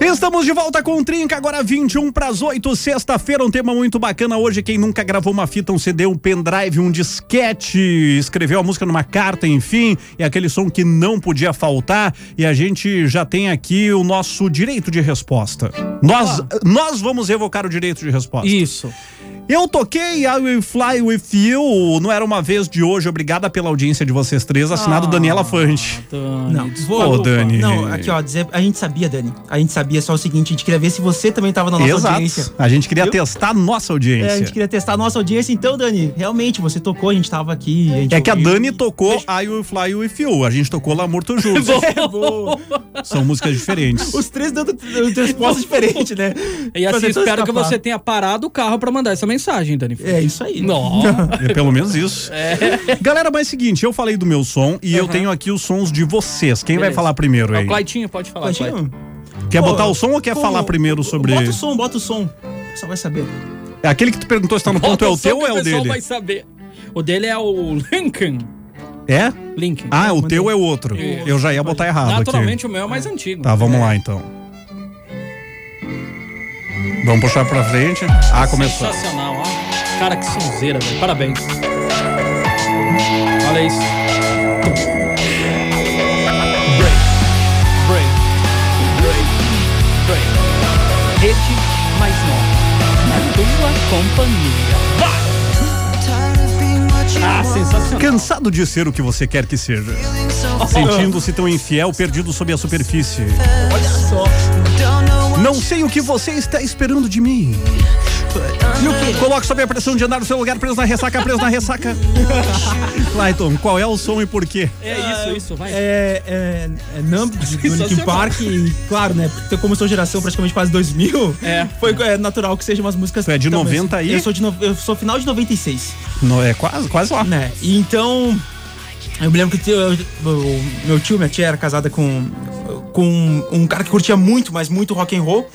[SPEAKER 3] Estamos de volta com o Trinca, agora 21 para as 8, sexta-feira, um tema muito bacana hoje. Quem nunca gravou uma fita, um CD, um pendrive, um disquete, escreveu a música numa carta, enfim, é aquele som que não podia faltar. E a gente já tem aqui o nosso direito de resposta. Nós, nós vamos revocar o direito de resposta.
[SPEAKER 4] Isso.
[SPEAKER 3] Eu toquei I Will Fly With You, não era uma vez de hoje, obrigada pela audiência de vocês três, assinado Daniela Fante.
[SPEAKER 5] Não,
[SPEAKER 3] Ô, Dani.
[SPEAKER 5] Não, aqui ó, dizer, a gente sabia, Dani. A gente sabia só o seguinte, a gente queria ver se você também tava na nossa audiência.
[SPEAKER 3] Exato. A gente queria
[SPEAKER 5] Eu-
[SPEAKER 3] testar nossa
[SPEAKER 5] É, a gente
[SPEAKER 3] audiência.
[SPEAKER 5] queria testar a nossa audiência, então, Dani, realmente, você tocou, a gente tava aqui. gente
[SPEAKER 3] É que a
[SPEAKER 5] ouviu.
[SPEAKER 3] Dani tocou I Will Fly With You, a gente tocou Lá Morto Juntos.
[SPEAKER 5] É, (laughs) boa.
[SPEAKER 3] (laughs) São músicas diferentes.
[SPEAKER 5] Os três dando dando (laughs) respostas diferentes, né?
[SPEAKER 4] E
[SPEAKER 5] Pra
[SPEAKER 4] assim,
[SPEAKER 5] tentar
[SPEAKER 4] espero que
[SPEAKER 5] escapar.
[SPEAKER 4] você tenha parado o carro pra mandar essa mensagem, Dani.
[SPEAKER 5] É isso aí.
[SPEAKER 3] (laughs)
[SPEAKER 4] Não.
[SPEAKER 3] É pelo menos isso. Galera, mas é o seguinte, eu falei do meu som e eu tenho aqui os sons de vocês. Quem vai
[SPEAKER 4] Beleza.
[SPEAKER 3] falar primeiro
[SPEAKER 4] O
[SPEAKER 3] aí?
[SPEAKER 4] Claitinho, pode falar. Clayton.
[SPEAKER 5] Imagina.
[SPEAKER 3] Quer
[SPEAKER 5] Pô,
[SPEAKER 3] botar o som ou quer
[SPEAKER 5] como-
[SPEAKER 3] falar primeiro sobre.
[SPEAKER 5] Bota o som, bota o som. Só vai saber.
[SPEAKER 3] Aquele que tu perguntou se tá no ponto é o teu ou é o
[SPEAKER 4] pessoal
[SPEAKER 3] dele?
[SPEAKER 4] vai saber. O dele é o Lincoln.
[SPEAKER 3] É?
[SPEAKER 4] Lincoln.
[SPEAKER 3] Ah, o teu é o outro.
[SPEAKER 4] Isso.
[SPEAKER 3] Eu já ia botar errado. aqui.
[SPEAKER 4] Naturalmente o meu é mais antigo.
[SPEAKER 3] Tá, vamos lá então. Vamos puxar pra frente. Ah, começou.
[SPEAKER 4] Sensacional, ó. Cara, que sonzeira, velho. Parabéns. Olha isso. Break, break, break, break. Rede mais nova. Na tua companhia. Ah, sensacional.
[SPEAKER 3] Cansado de ser o que você quer que seja. Sentindo-se tão infiel, perdido sob a superfície.
[SPEAKER 5] Olha só.
[SPEAKER 3] Não sei o que você está esperando de mim. E o que? Coloque sob a pressão de andar no seu lugar, preso na ressaca, preso na ressaca. (laughs) Clayton, qual é o som e por quê?
[SPEAKER 4] É isso, isso, vai.
[SPEAKER 5] É, é, é Numb, (laughs) do Linkin
[SPEAKER 4] Sensacional.
[SPEAKER 5] Park, e, claro, né? Porque como eu sou geração praticamente quase 2000,
[SPEAKER 4] É.
[SPEAKER 5] foi é, natural que sejam umas músicas.
[SPEAKER 3] Tu é de
[SPEAKER 5] Então, mas
[SPEAKER 3] 90 aí?
[SPEAKER 5] Eu sou, de no- eu sou final de 96,
[SPEAKER 3] Não, é quase, quase lá.
[SPEAKER 5] né? E então, eu me lembro que eu- eu- meu tio, minha tia era casada com, com um cara que curtia muito, mas muito rock and roll.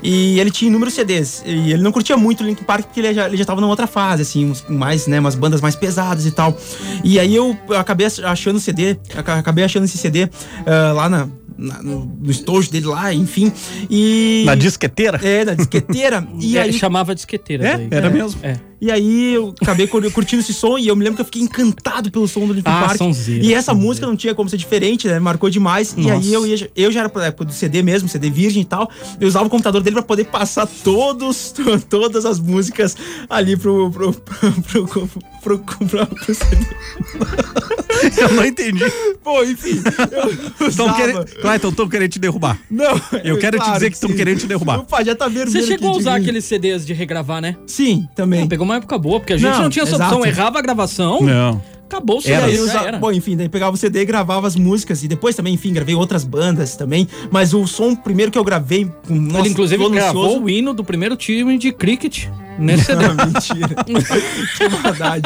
[SPEAKER 5] E ele tinha inúmeros CDs. E ele não curtia muito Linkin Park porque ele já, ele já tava numa outra fase, assim, uns, mais, né, umas bandas mais pesadas e tal. E aí eu acabei ach- achando o CD, aca- acabei achando esse CD ah, lá na, na- no, no estojo dele lá, enfim. E.
[SPEAKER 3] Na disqueteira?
[SPEAKER 5] É, na disqueteira. e
[SPEAKER 4] É,
[SPEAKER 5] aí
[SPEAKER 4] Chamava disqueteira.
[SPEAKER 3] É,
[SPEAKER 4] daí.
[SPEAKER 3] era
[SPEAKER 4] É.
[SPEAKER 3] mesmo.
[SPEAKER 4] É.
[SPEAKER 5] e aí eu acabei cur- (laughs) curtindo esse som e eu me lembro que eu fiquei encantado pelo som do Linkin
[SPEAKER 4] Ah,
[SPEAKER 5] Park.
[SPEAKER 4] sonzeira,
[SPEAKER 5] e essa
[SPEAKER 4] sonzeira.
[SPEAKER 5] música não tinha como ser diferente, né? Marcou demais. E aí eu, ia- eu já era pra época do CD mesmo, CD virgem e tal. Eu usava o computador dele pra poder passar todos, (laughs) todas as músicas ali pro, pro, (laughs) pro, pro, pro- pro- pro CD.
[SPEAKER 3] (laughs) Eu não entendi.
[SPEAKER 5] Pô, enfim, eu (laughs)
[SPEAKER 3] Tão
[SPEAKER 5] usava.
[SPEAKER 3] querendo... Clayton, estão querendo te derrubar.
[SPEAKER 5] Não,
[SPEAKER 3] Eu quero te dizer que estão
[SPEAKER 5] sim.
[SPEAKER 3] querendo te derrubar.
[SPEAKER 5] Opa, já tá vermelho
[SPEAKER 4] Você chegou a
[SPEAKER 5] aqui de-
[SPEAKER 4] usar aqueles CDs de regravar, né?
[SPEAKER 5] Sim,
[SPEAKER 4] Não,
[SPEAKER 5] também.
[SPEAKER 4] pegou uma época boa, porque a gente não,
[SPEAKER 5] Não,
[SPEAKER 4] tinha essa opção.
[SPEAKER 5] exato.
[SPEAKER 4] Errava a gravação,
[SPEAKER 3] Não.
[SPEAKER 4] acabou o CD.
[SPEAKER 3] É. Era.
[SPEAKER 5] Daí
[SPEAKER 4] já
[SPEAKER 5] eu usa-
[SPEAKER 4] era.
[SPEAKER 5] Bom, enfim, daí pegava o CD, gravava as músicas e depois também, enfim, gravei outras bandas também. Mas o som primeiro que eu gravei com
[SPEAKER 4] Ele, inclusive,
[SPEAKER 5] tô ansioso.
[SPEAKER 4] gravou o hino do primeiro time de cricket nesse CD.
[SPEAKER 5] (laughs) Não, mentira. (laughs) que maldade.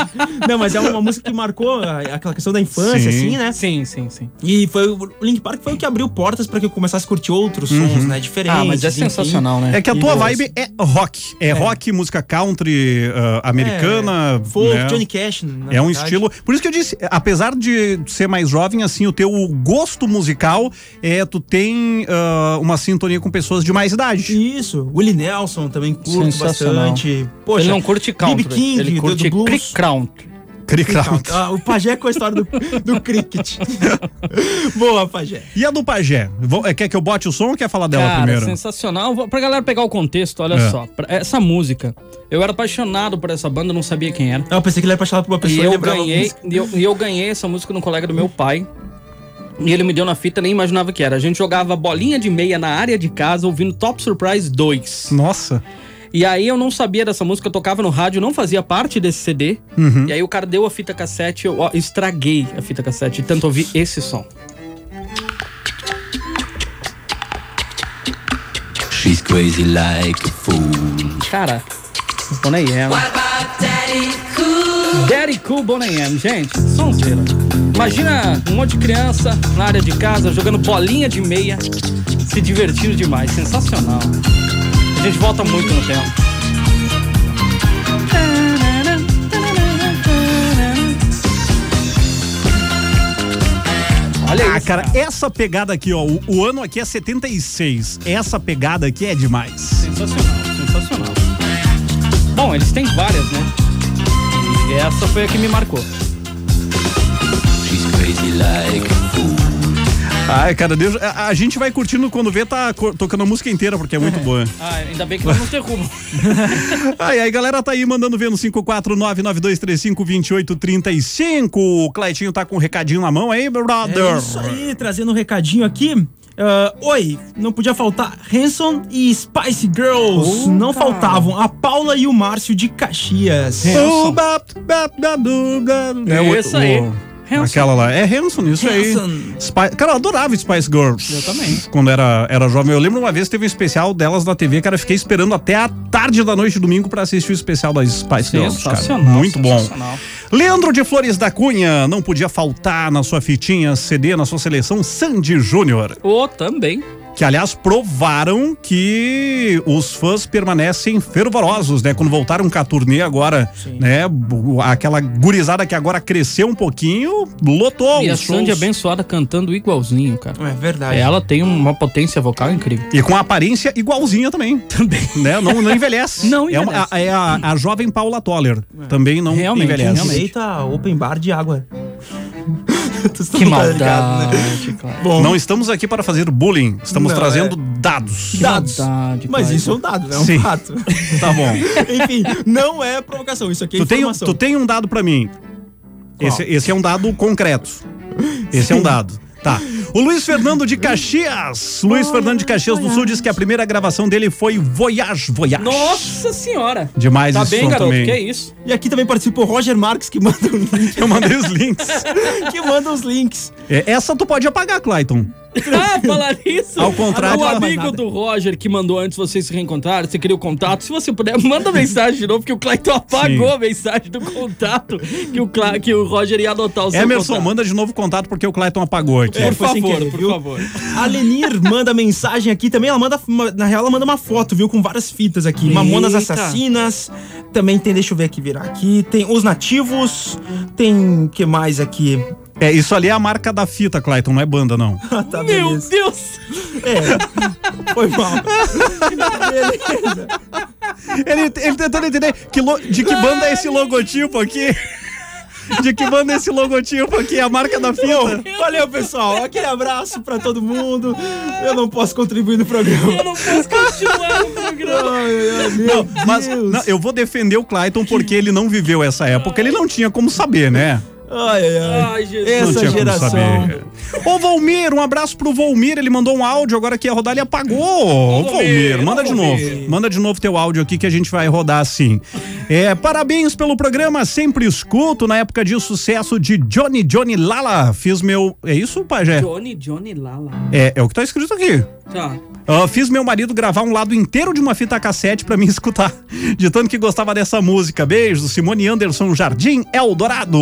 [SPEAKER 5] Não, mas é uma música que marcou a- aquela questão da infância,
[SPEAKER 3] Sim.
[SPEAKER 5] assim,
[SPEAKER 4] (laughs)
[SPEAKER 5] né?
[SPEAKER 4] Sim, sim, sim.
[SPEAKER 5] E foi o o Link Park foi o que abriu portas pra que eu começasse a curtir outros sons, né? Diferentes.
[SPEAKER 4] Ah, mas é
[SPEAKER 5] enfim.
[SPEAKER 4] sensacional, né?
[SPEAKER 3] É que a
[SPEAKER 5] E
[SPEAKER 3] tua
[SPEAKER 5] boas.
[SPEAKER 3] vibe é rock. É, rock, música country ah, americana.
[SPEAKER 5] É, folk,
[SPEAKER 3] né?
[SPEAKER 5] Johnny Cash. na
[SPEAKER 3] É um
[SPEAKER 5] verdade.
[SPEAKER 3] estilo. Por isso que eu disse, é, apesar de ser mais jovem, assim, o teu gosto musical é tu tem ah, uma sintonia com pessoas de mais idade.
[SPEAKER 5] Isso. Willie Nelson também curto
[SPEAKER 4] Sensacional.
[SPEAKER 5] bastante. Poxa,
[SPEAKER 4] ele não curte country.
[SPEAKER 5] B.B. King,
[SPEAKER 4] ele
[SPEAKER 5] do-
[SPEAKER 4] curte
[SPEAKER 5] do blues.
[SPEAKER 4] crick country.
[SPEAKER 3] Cri
[SPEAKER 5] Cricket. Ah, o pajé com a história do, do (laughs) cricket. Boa, pajé.
[SPEAKER 3] E a do Pajé? Vou- é, Quer que eu bote o som ou quer falar dela
[SPEAKER 4] Cara,
[SPEAKER 3] primeiro?
[SPEAKER 4] sensacional. Vou- Pra galera pegar o contexto, olha
[SPEAKER 3] É.
[SPEAKER 4] só. Pra- Essa música, eu era apaixonado por essa banda, não sabia quem era.
[SPEAKER 5] Não, eu pensei que ele ia apaixonar por uma
[SPEAKER 4] E
[SPEAKER 5] pessoa
[SPEAKER 4] eu
[SPEAKER 5] lembrava a
[SPEAKER 4] ganhei,
[SPEAKER 5] música.
[SPEAKER 4] e eu, e eu ganhei essa música num colega do meu pai. E ele me deu na fita, nem imaginava que era. A gente jogava bolinha de meia na área de casa, ouvindo Top Surprise 2.
[SPEAKER 3] Nossa.
[SPEAKER 4] E aí eu não sabia dessa música, eu tocava no rádio, não fazia parte desse CD. E aí o cara deu a fita cassete, eu ó, estraguei a fita cassete, de tanto ouvir esse som.
[SPEAKER 6] She's crazy like a fool.
[SPEAKER 4] Cara, Bon AM. Daddy Cool Bon AM, gente, sonzeira. Imagina um monte de criança na área de casa jogando bolinha de meia, se divertindo demais, sensacional. A gente volta muito no tempo. Olha
[SPEAKER 3] Ah,
[SPEAKER 4] isso,
[SPEAKER 3] cara, essa pegada aqui, ó, o, o ano aqui é 76. Essa pegada aqui é demais.
[SPEAKER 4] Sensacional, sensacional. Bom, eles têm várias, né? E essa foi a que me marcou.
[SPEAKER 6] She's crazy like a fool.
[SPEAKER 3] Ai, cara, Deus, a, a gente vai curtindo quando vê, tá co- tocando a música inteira, porque é muito boa.
[SPEAKER 4] Ah, ainda bem que nós não tem rumo.
[SPEAKER 3] Ai, ai, galera, tá aí mandando ver no 54992352835. O Cleitinho tá com um recadinho na mão aí, brother.
[SPEAKER 5] É isso aí, trazendo um recadinho aqui. Ah, Oi, não podia faltar Hanson e Spice Girls. não faltavam a Paula e o Márcio de Caxias.
[SPEAKER 3] Oh, bap, bap, bap, bu, bap. (laughs) É o-
[SPEAKER 4] Isso aí.
[SPEAKER 3] o-
[SPEAKER 4] Hanson.
[SPEAKER 3] Aquela lá. É Hanson, isso aí.
[SPEAKER 5] Hanson.
[SPEAKER 3] Spice, cara, eu adorava Spice Girls.
[SPEAKER 4] Eu também.
[SPEAKER 3] Quando era, era jovem. Eu lembro uma vez teve um especial delas na TV, cara. eu Fiquei esperando até a tarde da noite de domingo pra assistir o especial das Spice Girls. cara.
[SPEAKER 4] Sensacional,
[SPEAKER 3] Muito bom.
[SPEAKER 4] sensacional.
[SPEAKER 3] Leandro de Flores da Cunha, não podia faltar na sua fitinha CD, na sua seleção, Sandy Júnior.
[SPEAKER 4] Ou também.
[SPEAKER 3] Que, aliás, provaram que os fãs permanecem fervorosos, né? Quando voltaram com a turnê agora, né? bu- Aquela gurizada que agora cresceu um pouquinho, lotou
[SPEAKER 4] e a
[SPEAKER 3] os shows.
[SPEAKER 4] Sandy é abençoada cantando igualzinho, cara.
[SPEAKER 5] É verdade.
[SPEAKER 4] Ela tem uma potência
[SPEAKER 3] (laughs)
[SPEAKER 4] vocal incrível.
[SPEAKER 3] E com a aparência igualzinha também. Também. Né? Não, não envelhece.
[SPEAKER 4] (laughs) Não
[SPEAKER 3] É, uma-
[SPEAKER 4] envelhece.
[SPEAKER 3] a, é
[SPEAKER 4] É.
[SPEAKER 3] a, a jovem Paula Toller. Também não
[SPEAKER 4] Realmente,
[SPEAKER 3] envelhece.
[SPEAKER 4] realmente.
[SPEAKER 5] Direita open bar de (laughs) água. Tu
[SPEAKER 4] Que
[SPEAKER 5] tá
[SPEAKER 3] né?
[SPEAKER 4] maldade, cara.
[SPEAKER 5] Bom,
[SPEAKER 3] Não estamos aqui para fazer bullying, estamos
[SPEAKER 5] Não,
[SPEAKER 3] trazendo
[SPEAKER 4] é.
[SPEAKER 3] dados.
[SPEAKER 5] dados.
[SPEAKER 4] maldade,
[SPEAKER 5] Mas
[SPEAKER 4] Clayton.
[SPEAKER 5] isso é um dado, né? É um
[SPEAKER 3] Sim.
[SPEAKER 5] fato.
[SPEAKER 3] Tá
[SPEAKER 4] (laughs)
[SPEAKER 3] bom.
[SPEAKER 5] (laughs) Enfim, não é provocação. Isso aqui é
[SPEAKER 3] tu, tem,
[SPEAKER 5] informação.
[SPEAKER 3] tu tem um dado pra mim.
[SPEAKER 5] Qual?
[SPEAKER 3] Esse, esse é um dado concreto.
[SPEAKER 4] (laughs)
[SPEAKER 3] Esse é um dado. Tá. O Luiz Fernando de Caxias. Luiz Fernando de Caxias do Sul diz que a primeira gravação dele foi Voyage, Voyage.
[SPEAKER 4] Nossa senhora.
[SPEAKER 3] Demais
[SPEAKER 4] Tá
[SPEAKER 3] esse
[SPEAKER 4] bem,
[SPEAKER 3] som
[SPEAKER 4] garoto,
[SPEAKER 3] também.
[SPEAKER 4] que isso? (laughs)
[SPEAKER 5] E aqui também participou o Roger Marques, que manda, um link-
[SPEAKER 3] Eu mandei os
[SPEAKER 4] (laughs)
[SPEAKER 3] links.
[SPEAKER 5] que manda os links.
[SPEAKER 3] É, Essa tu pode apagar, Clayton.
[SPEAKER 4] Ah, falar isso.
[SPEAKER 3] Ao contrário,
[SPEAKER 4] o
[SPEAKER 3] ela vai
[SPEAKER 4] amigo
[SPEAKER 3] nada.
[SPEAKER 4] do Roger que mandou antes vocês se reencontrarem, você queria o contato. Se você puder, (laughs) manda mensagem de novo, porque o Clayton apagou
[SPEAKER 3] Sim.
[SPEAKER 4] a mensagem do contato que o, Cla que o Roger ia
[SPEAKER 3] É
[SPEAKER 4] adotar o seu
[SPEAKER 3] Emerson,
[SPEAKER 4] contato.
[SPEAKER 3] manda de novo o contato porque o Clayton apagou aqui.
[SPEAKER 5] É,
[SPEAKER 4] Por
[SPEAKER 5] foi sem
[SPEAKER 4] favor,
[SPEAKER 5] querer,
[SPEAKER 4] por
[SPEAKER 5] viu?
[SPEAKER 4] favor.
[SPEAKER 5] A Lenir manda mensagem aqui também. Ela manda, uma- na real, ela manda uma foto, viu? Com várias fitas aqui. Mamonas
[SPEAKER 4] Eita.
[SPEAKER 5] Assassinas. Também tem, deixa eu ver aqui, virar aqui. Tem Os Nativos. Tem, o que mais aqui? (laughs)
[SPEAKER 3] É, isso ali é a marca da fita, Clayton, não é banda, não.
[SPEAKER 5] Ah, tá,
[SPEAKER 4] Meu
[SPEAKER 5] beleza.
[SPEAKER 4] Deus!
[SPEAKER 5] É,
[SPEAKER 4] (laughs)
[SPEAKER 5] foi mal. beleza.
[SPEAKER 3] Ele, ele tentando entender que lo- de que banda é esse logotipo aqui. De que banda é esse logotipo aqui, a marca da fita.
[SPEAKER 5] Valeu, pessoal. Aquele abraço pra todo mundo. Eu não posso contribuir no programa.
[SPEAKER 4] (laughs) Eu não posso continuar no programa.
[SPEAKER 5] Ai, ai, meu
[SPEAKER 3] Não, mas
[SPEAKER 5] Deus.
[SPEAKER 3] não, eu vou defender o Clayton porque ele não viveu essa época. Ele não tinha como saber, né?
[SPEAKER 5] Ai, ai, ai.
[SPEAKER 4] Ai, Jesus.
[SPEAKER 3] Não
[SPEAKER 5] Essa
[SPEAKER 3] tinha como
[SPEAKER 5] geração.
[SPEAKER 3] saber. Ô, Valmir, um abraço pro Valmir. Ele mandou um áudio, agora que ia rodar, ele apagou. Ô, Valmir, manda de novo. Manda de novo teu áudio aqui que a gente vai rodar assim. É, parabéns pelo programa, sempre escuto. Na época de sucesso de Johnny Johnny Lala. Fiz meu. É isso, Pajé?
[SPEAKER 4] Johnny, Johnny Lala.
[SPEAKER 3] É, é o que tá escrito aqui.
[SPEAKER 4] Tá.
[SPEAKER 3] Ah, fiz meu marido gravar um lado inteiro de uma fita cassete pra mim (laughs) escutar, de tanto que gostava dessa música. Beijo, Simone Anderson Jardim Eldorado.